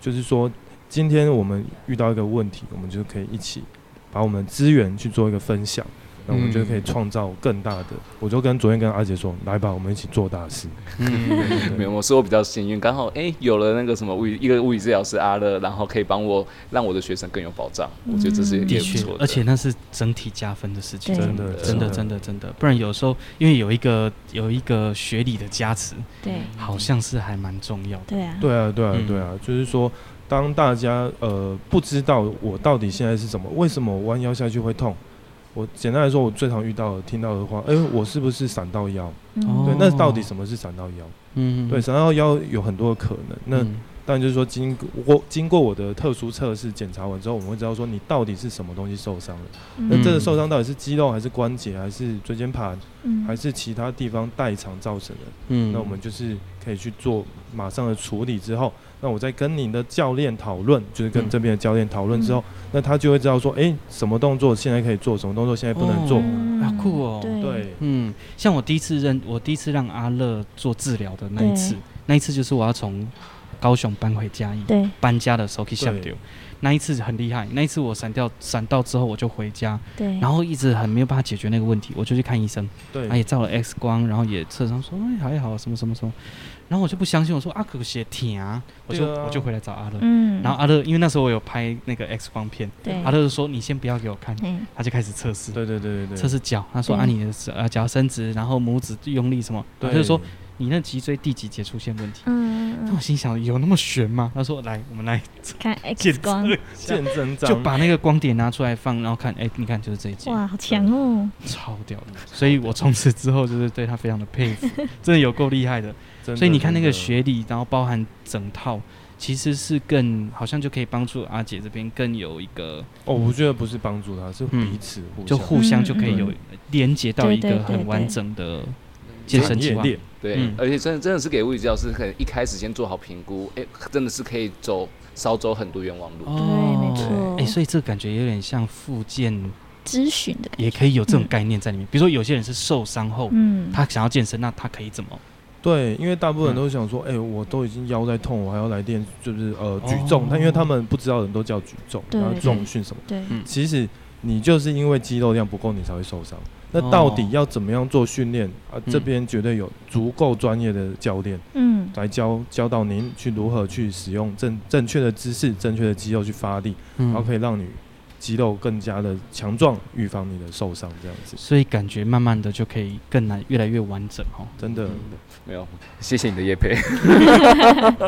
[SPEAKER 3] 就是说今天我们遇到一个问题，我们就可以一起把我们资源去做一个分享。那我们就可以创造更大的。我就跟昨天跟阿姐说，来吧，我们一起做大事。
[SPEAKER 1] 嗯，
[SPEAKER 3] 对对
[SPEAKER 4] 没有，我说我比较幸运，刚好哎、有了那个什么物理一个物理治疗师阿乐，然后可以帮我让我的学生更有保障，我觉得这是
[SPEAKER 2] 嗯
[SPEAKER 4] 也
[SPEAKER 1] 的
[SPEAKER 4] 不
[SPEAKER 1] 确
[SPEAKER 4] 错，
[SPEAKER 1] 而且那是整体加分的事情，
[SPEAKER 2] 对
[SPEAKER 3] 真的
[SPEAKER 1] 真的真的真的，不然有时候因为有一个有一个学理的加持，
[SPEAKER 2] 对
[SPEAKER 3] 嗯
[SPEAKER 1] 好像是还蛮重要的。
[SPEAKER 2] 对啊，
[SPEAKER 3] 对啊，对啊
[SPEAKER 1] 嗯，
[SPEAKER 3] 对啊，就是说，当大家呃不知道我到底现在是什么，为什么我弯腰下去会痛？我简单来说，我最常遇到的听到的话，哎、我是不是闪到腰？
[SPEAKER 2] 嗯
[SPEAKER 1] 哦
[SPEAKER 3] 对，那到底什么是闪到腰？
[SPEAKER 1] 嗯，
[SPEAKER 3] 对，
[SPEAKER 1] 嗯，
[SPEAKER 3] 闪到腰有很多的可能。那当然就是说，经过经过我的特殊测试检查完之后，我们会知道说你到底是什么东西受伤了。
[SPEAKER 1] 嗯
[SPEAKER 3] 那这个受伤到底是肌肉还是关节还是椎间盘
[SPEAKER 2] 嗯
[SPEAKER 3] 还是其他地方代偿造成的？
[SPEAKER 1] 嗯
[SPEAKER 3] 那我们就是可以去做马上的处理之后，那我再跟您的教练讨论，就是跟
[SPEAKER 1] 嗯
[SPEAKER 3] 这边的教练讨论之后，那他就会知道说，诶，什么动作现在可以做，什么动作现在不能做。
[SPEAKER 1] 哦啊酷哦
[SPEAKER 2] 嗯对
[SPEAKER 3] 对，
[SPEAKER 1] 嗯，像我第一次认，我第一次让阿乐做治疗的那一次
[SPEAKER 2] 对，
[SPEAKER 1] 那一次就是我要从高雄搬回嘉义，
[SPEAKER 2] 对，
[SPEAKER 1] 搬家的时候去下
[SPEAKER 3] 对
[SPEAKER 1] 丢，那一次很厉害，那一次我闪掉闪到之后我就回家，
[SPEAKER 2] 对，
[SPEAKER 1] 然后一直很没有办法解决那个问题，我就去看医生，
[SPEAKER 3] 对，
[SPEAKER 1] 他也哎照了 X 光，然后也测上说哎还好什么什么什么，然后我就不相信，我说啊可是疼啊，我就、
[SPEAKER 3] 对啊
[SPEAKER 1] 我就回来找阿乐，
[SPEAKER 2] 嗯，
[SPEAKER 1] 然后阿乐因为那时候我有拍那个 X 光片，
[SPEAKER 2] 对，
[SPEAKER 1] 阿乐就说你先不要给我看，
[SPEAKER 2] 嗯
[SPEAKER 1] 他就开始测试。
[SPEAKER 3] 对对对对
[SPEAKER 1] 测
[SPEAKER 3] 对，
[SPEAKER 1] 试脚，他说
[SPEAKER 2] 对
[SPEAKER 1] 啊你的手呃脚伸直，然后拇指用力什么，他
[SPEAKER 3] 对
[SPEAKER 1] 就说你那脊椎第几节出现问题。
[SPEAKER 2] 嗯
[SPEAKER 1] 那
[SPEAKER 2] 嗯
[SPEAKER 1] 我心想有那么悬吗？他说来我们来
[SPEAKER 2] 嗯看 X
[SPEAKER 1] 检
[SPEAKER 2] 光
[SPEAKER 1] 测，一下，
[SPEAKER 3] 见真 章，
[SPEAKER 1] 就把那个光点拿出来放，然后看，哎，你看就是这一节，
[SPEAKER 2] 哇，好强哦，
[SPEAKER 1] 超屌的。所以我从此之后就是对他非常的佩 服，真的有够厉害的。
[SPEAKER 3] 真的
[SPEAKER 1] 所以你看那个
[SPEAKER 3] 真的
[SPEAKER 1] 学理，然后包含整套，其实是更好像就可以帮助阿姐这边更有一个，
[SPEAKER 3] 哦，我觉得不是帮助他，是彼此互
[SPEAKER 1] 嗯就
[SPEAKER 3] 相
[SPEAKER 1] 互相就可以有
[SPEAKER 3] 嗯
[SPEAKER 1] 连接到一
[SPEAKER 2] 对对
[SPEAKER 1] 个
[SPEAKER 2] 对
[SPEAKER 1] 很完
[SPEAKER 2] 对
[SPEAKER 1] 整的健身
[SPEAKER 3] 产
[SPEAKER 1] 计
[SPEAKER 3] 业
[SPEAKER 1] 划。
[SPEAKER 3] 链。
[SPEAKER 4] 对，
[SPEAKER 1] 嗯
[SPEAKER 4] 而且真的真的是给物理治疗师可能一开始先做好评估，哎、真的是可以走少走很多冤枉路。
[SPEAKER 2] 对，没
[SPEAKER 1] 哎、
[SPEAKER 2] 错，
[SPEAKER 1] 所以这感觉有点像复健，
[SPEAKER 2] 咨询的感觉，
[SPEAKER 1] 也可以有这种概念在里
[SPEAKER 3] 嗯
[SPEAKER 1] 面。比如说，有些人是受伤后，
[SPEAKER 2] 嗯，
[SPEAKER 1] 他想要健身，那他可以怎么？
[SPEAKER 3] 对，因为大部分人
[SPEAKER 1] 嗯
[SPEAKER 3] 都想说，哎、我都已经腰在痛，我还要来练，就是呃举
[SPEAKER 1] 哦
[SPEAKER 3] 重。但因为他们不知道的人都叫举重，
[SPEAKER 2] 对
[SPEAKER 3] 然后重训什么。
[SPEAKER 2] 对，
[SPEAKER 1] 嗯
[SPEAKER 3] 其实你就是因为肌肉量不够，你才会受伤。那
[SPEAKER 1] 哦
[SPEAKER 3] 到底要怎么样做训练啊？这
[SPEAKER 1] 嗯
[SPEAKER 3] 边绝对有足够专业的教练
[SPEAKER 2] 嗯，
[SPEAKER 3] 来教教导您去如何去使用正正确的姿势、正确的肌肉去发力，
[SPEAKER 1] 嗯
[SPEAKER 3] 然后可以让你肌肉更加的强壮，预防你的受伤这样子。
[SPEAKER 1] 所以感觉慢慢的就可以更难，越来越完整哦。
[SPEAKER 3] 真的，
[SPEAKER 4] 嗯没有，谢谢你的叶 培。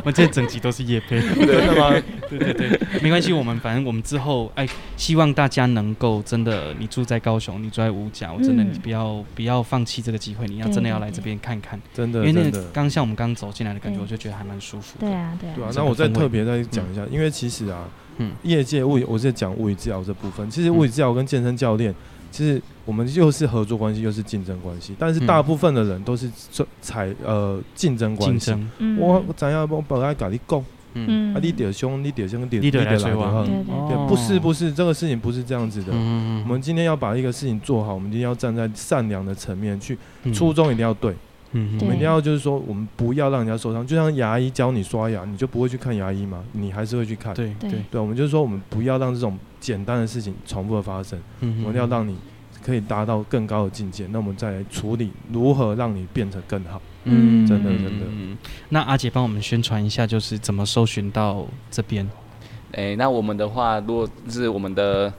[SPEAKER 1] 我这整集都是夜配，
[SPEAKER 3] 真的吗？
[SPEAKER 1] 对对对，没关系，我们反正我们之后，哎，希望大家能够真的，你住在高雄，你住在五甲，我真的
[SPEAKER 2] 嗯
[SPEAKER 1] 你不要不要放弃这个机会，你要
[SPEAKER 2] 对
[SPEAKER 1] 真的要
[SPEAKER 2] 对
[SPEAKER 1] 来这
[SPEAKER 2] 对
[SPEAKER 1] 边看看，
[SPEAKER 3] 真的，
[SPEAKER 1] 因为那
[SPEAKER 3] 真
[SPEAKER 1] 个
[SPEAKER 3] 的。
[SPEAKER 1] 刚像我们刚走进来的感觉，
[SPEAKER 2] 对
[SPEAKER 1] 我就觉得还蛮舒服的。
[SPEAKER 2] 对啊，对
[SPEAKER 3] 对啊
[SPEAKER 2] 啊，，
[SPEAKER 3] 那
[SPEAKER 1] 整个
[SPEAKER 3] 我再
[SPEAKER 1] 氛围
[SPEAKER 3] 特别再讲一下，因为其实啊，
[SPEAKER 1] 嗯
[SPEAKER 3] 业界物理，我是讲物理治疗这部分，其实物理治疗跟健身教练，其实我们又是合作关系，又是竞争关系，但是
[SPEAKER 1] 嗯
[SPEAKER 3] 大部分的人都是这采呃竞争关
[SPEAKER 1] 竞
[SPEAKER 3] 系。
[SPEAKER 1] 争，
[SPEAKER 2] 嗯
[SPEAKER 3] 我我怎样，我本来跟你讲，
[SPEAKER 1] 嗯，
[SPEAKER 2] 嗯，
[SPEAKER 3] 啊，你得凶，你得凶，
[SPEAKER 1] 你
[SPEAKER 3] 你
[SPEAKER 1] 就
[SPEAKER 3] 得
[SPEAKER 1] 来追
[SPEAKER 3] 就
[SPEAKER 1] 我
[SPEAKER 3] 好
[SPEAKER 2] 对对
[SPEAKER 1] 哦
[SPEAKER 3] 对，不是不是，这个事情不是这样子的。
[SPEAKER 1] 嗯
[SPEAKER 3] 我们今天要把一个事情做好，我们一定要站在善良的层面去，
[SPEAKER 1] 嗯
[SPEAKER 3] 初衷一定要对，
[SPEAKER 1] 嗯
[SPEAKER 2] 对
[SPEAKER 3] 我们一定要就是说，我们不要让人家受伤。就像牙医教你刷牙，你就不会去看牙医吗？你还是会去看。
[SPEAKER 1] 对
[SPEAKER 2] 对嗯
[SPEAKER 1] 对，
[SPEAKER 3] 对，我们就是说，我们不要让这种简单的事情重复的发生，
[SPEAKER 1] 嗯
[SPEAKER 3] 我们要让你可以达到更高的境界，那我们再来处理如何让你变得更好。
[SPEAKER 2] 嗯
[SPEAKER 3] 真的
[SPEAKER 1] 嗯
[SPEAKER 3] 真的
[SPEAKER 1] 嗯那阿姐帮我们宣传一下，就是怎么搜寻到这边。
[SPEAKER 4] 哎、那我们的话，如果是我们的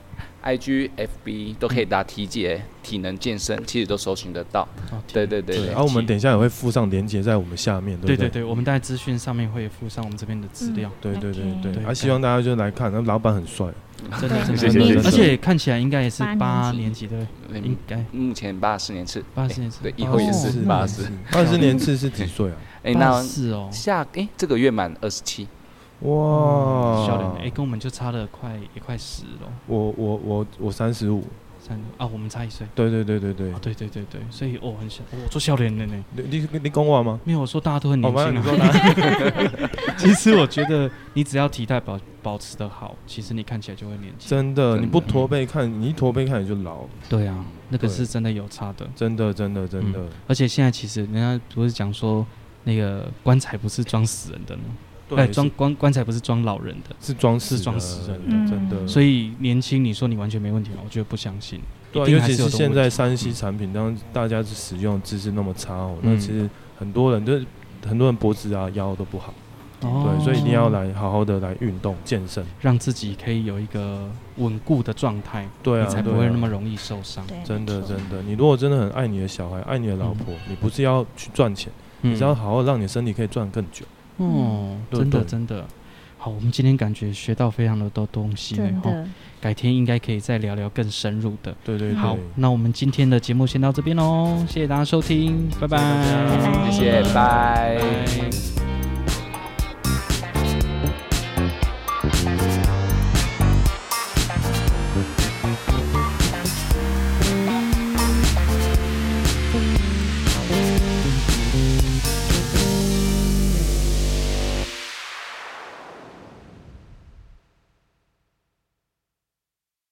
[SPEAKER 4] IG、FB 都可以打体解、体能健身，其实都搜寻得到。
[SPEAKER 1] 哦
[SPEAKER 4] 对对对对
[SPEAKER 3] 然后啊我们等一下也会附上连接在我们下面，
[SPEAKER 1] 对
[SPEAKER 3] 不
[SPEAKER 1] 对
[SPEAKER 3] 对？
[SPEAKER 1] 对，我们大概资讯上面会附上我们这边的
[SPEAKER 2] 嗯
[SPEAKER 1] 资料，
[SPEAKER 3] 对对
[SPEAKER 2] OK
[SPEAKER 3] 对对
[SPEAKER 1] 嗯对哦
[SPEAKER 3] 对，啊，希望大家就来看，那老板很帅，
[SPEAKER 1] 真的真的
[SPEAKER 4] 谢谢
[SPEAKER 1] 真的
[SPEAKER 4] 谢谢
[SPEAKER 1] 而且看起来应该也是八
[SPEAKER 2] 八
[SPEAKER 1] 年
[SPEAKER 2] 年
[SPEAKER 1] 级的，
[SPEAKER 4] 哎
[SPEAKER 1] 应该
[SPEAKER 4] 目前八十年次，
[SPEAKER 1] 八十年次
[SPEAKER 4] 哎对，以后也
[SPEAKER 1] 哦
[SPEAKER 4] 是
[SPEAKER 1] 那
[SPEAKER 4] 八
[SPEAKER 1] 也
[SPEAKER 4] 十。
[SPEAKER 3] 二十年次是几岁啊？
[SPEAKER 4] 哎、
[SPEAKER 1] 八
[SPEAKER 4] 那
[SPEAKER 1] 四哦，
[SPEAKER 4] 下哎、这个月满二十七，
[SPEAKER 1] 嗯
[SPEAKER 3] 哇
[SPEAKER 4] 哦
[SPEAKER 1] 小人哎，，跟我们就差了快也快十了，
[SPEAKER 3] 我我我我三十五，
[SPEAKER 1] 三啊，我们差一岁。
[SPEAKER 3] 对对对对对
[SPEAKER 1] 啊，，对对对对，所以哦，很小，我做笑脸的呢。
[SPEAKER 3] 你你你你讲我吗？
[SPEAKER 1] 没有，我说大家都很
[SPEAKER 3] 哦，
[SPEAKER 1] 年
[SPEAKER 3] 没
[SPEAKER 1] 轻
[SPEAKER 3] 有你
[SPEAKER 1] 啊。
[SPEAKER 3] 说他
[SPEAKER 1] 其实我觉得你只要体态保保持的好，其实你看起来就会年轻。
[SPEAKER 3] 真的，
[SPEAKER 4] 真
[SPEAKER 3] 你
[SPEAKER 4] 的
[SPEAKER 3] 不驼背看，你一驼背看你就老，
[SPEAKER 1] 对啊，那个
[SPEAKER 3] 对
[SPEAKER 1] 是真的有差的。
[SPEAKER 3] 真的真的
[SPEAKER 1] 嗯
[SPEAKER 3] 真的。
[SPEAKER 1] 而且现在其实人家不是讲说，那个棺材不是装死人的吗？哎，
[SPEAKER 3] 对，
[SPEAKER 1] 装棺棺材不是装老人的。
[SPEAKER 3] 是装
[SPEAKER 1] 是装死人
[SPEAKER 3] 人
[SPEAKER 1] 的
[SPEAKER 3] 的，真的。
[SPEAKER 2] 嗯
[SPEAKER 1] 所以年轻，你说你完全没问题吗？我觉得不相信。
[SPEAKER 3] 对啊、
[SPEAKER 1] 一定
[SPEAKER 3] 尤
[SPEAKER 1] 还
[SPEAKER 3] 其
[SPEAKER 1] 是有
[SPEAKER 3] 是
[SPEAKER 1] 这个
[SPEAKER 3] 现
[SPEAKER 1] 问题
[SPEAKER 3] 在山西产品，当大家使用姿势那么差哦，那
[SPEAKER 1] 嗯
[SPEAKER 3] 其实很多人就是很多人脖子啊、腰都不好，
[SPEAKER 1] 哦
[SPEAKER 3] 对，所以一定要来好好的来运动健身，
[SPEAKER 1] 让自己可以有一个稳固的状态，
[SPEAKER 3] 对啊，
[SPEAKER 1] 你才不
[SPEAKER 3] 对
[SPEAKER 1] 会
[SPEAKER 3] 啊
[SPEAKER 1] 那么容易受伤。
[SPEAKER 2] 对，
[SPEAKER 3] 真
[SPEAKER 2] 没
[SPEAKER 3] 的
[SPEAKER 2] 错
[SPEAKER 3] 真的，你如果真的很爱你的小孩、爱你的老婆，你不是要去赚钱，
[SPEAKER 1] 嗯
[SPEAKER 3] 你是要好好让你身体可以赚更久。
[SPEAKER 1] 哦，
[SPEAKER 3] 对
[SPEAKER 1] 真的
[SPEAKER 3] 对
[SPEAKER 1] 真的。好，我们今天感觉学到非常的多东西呢
[SPEAKER 2] 真，
[SPEAKER 1] 哦，
[SPEAKER 2] 的，
[SPEAKER 1] 改天应该可以再聊聊更深入的。
[SPEAKER 3] 对对对，
[SPEAKER 1] 好，那我们今天的节哦目先到这边喽，谢谢大家收听，拜拜，
[SPEAKER 3] 谢谢大
[SPEAKER 2] 拜拜
[SPEAKER 3] 家
[SPEAKER 4] 谢谢，拜拜
[SPEAKER 1] 拜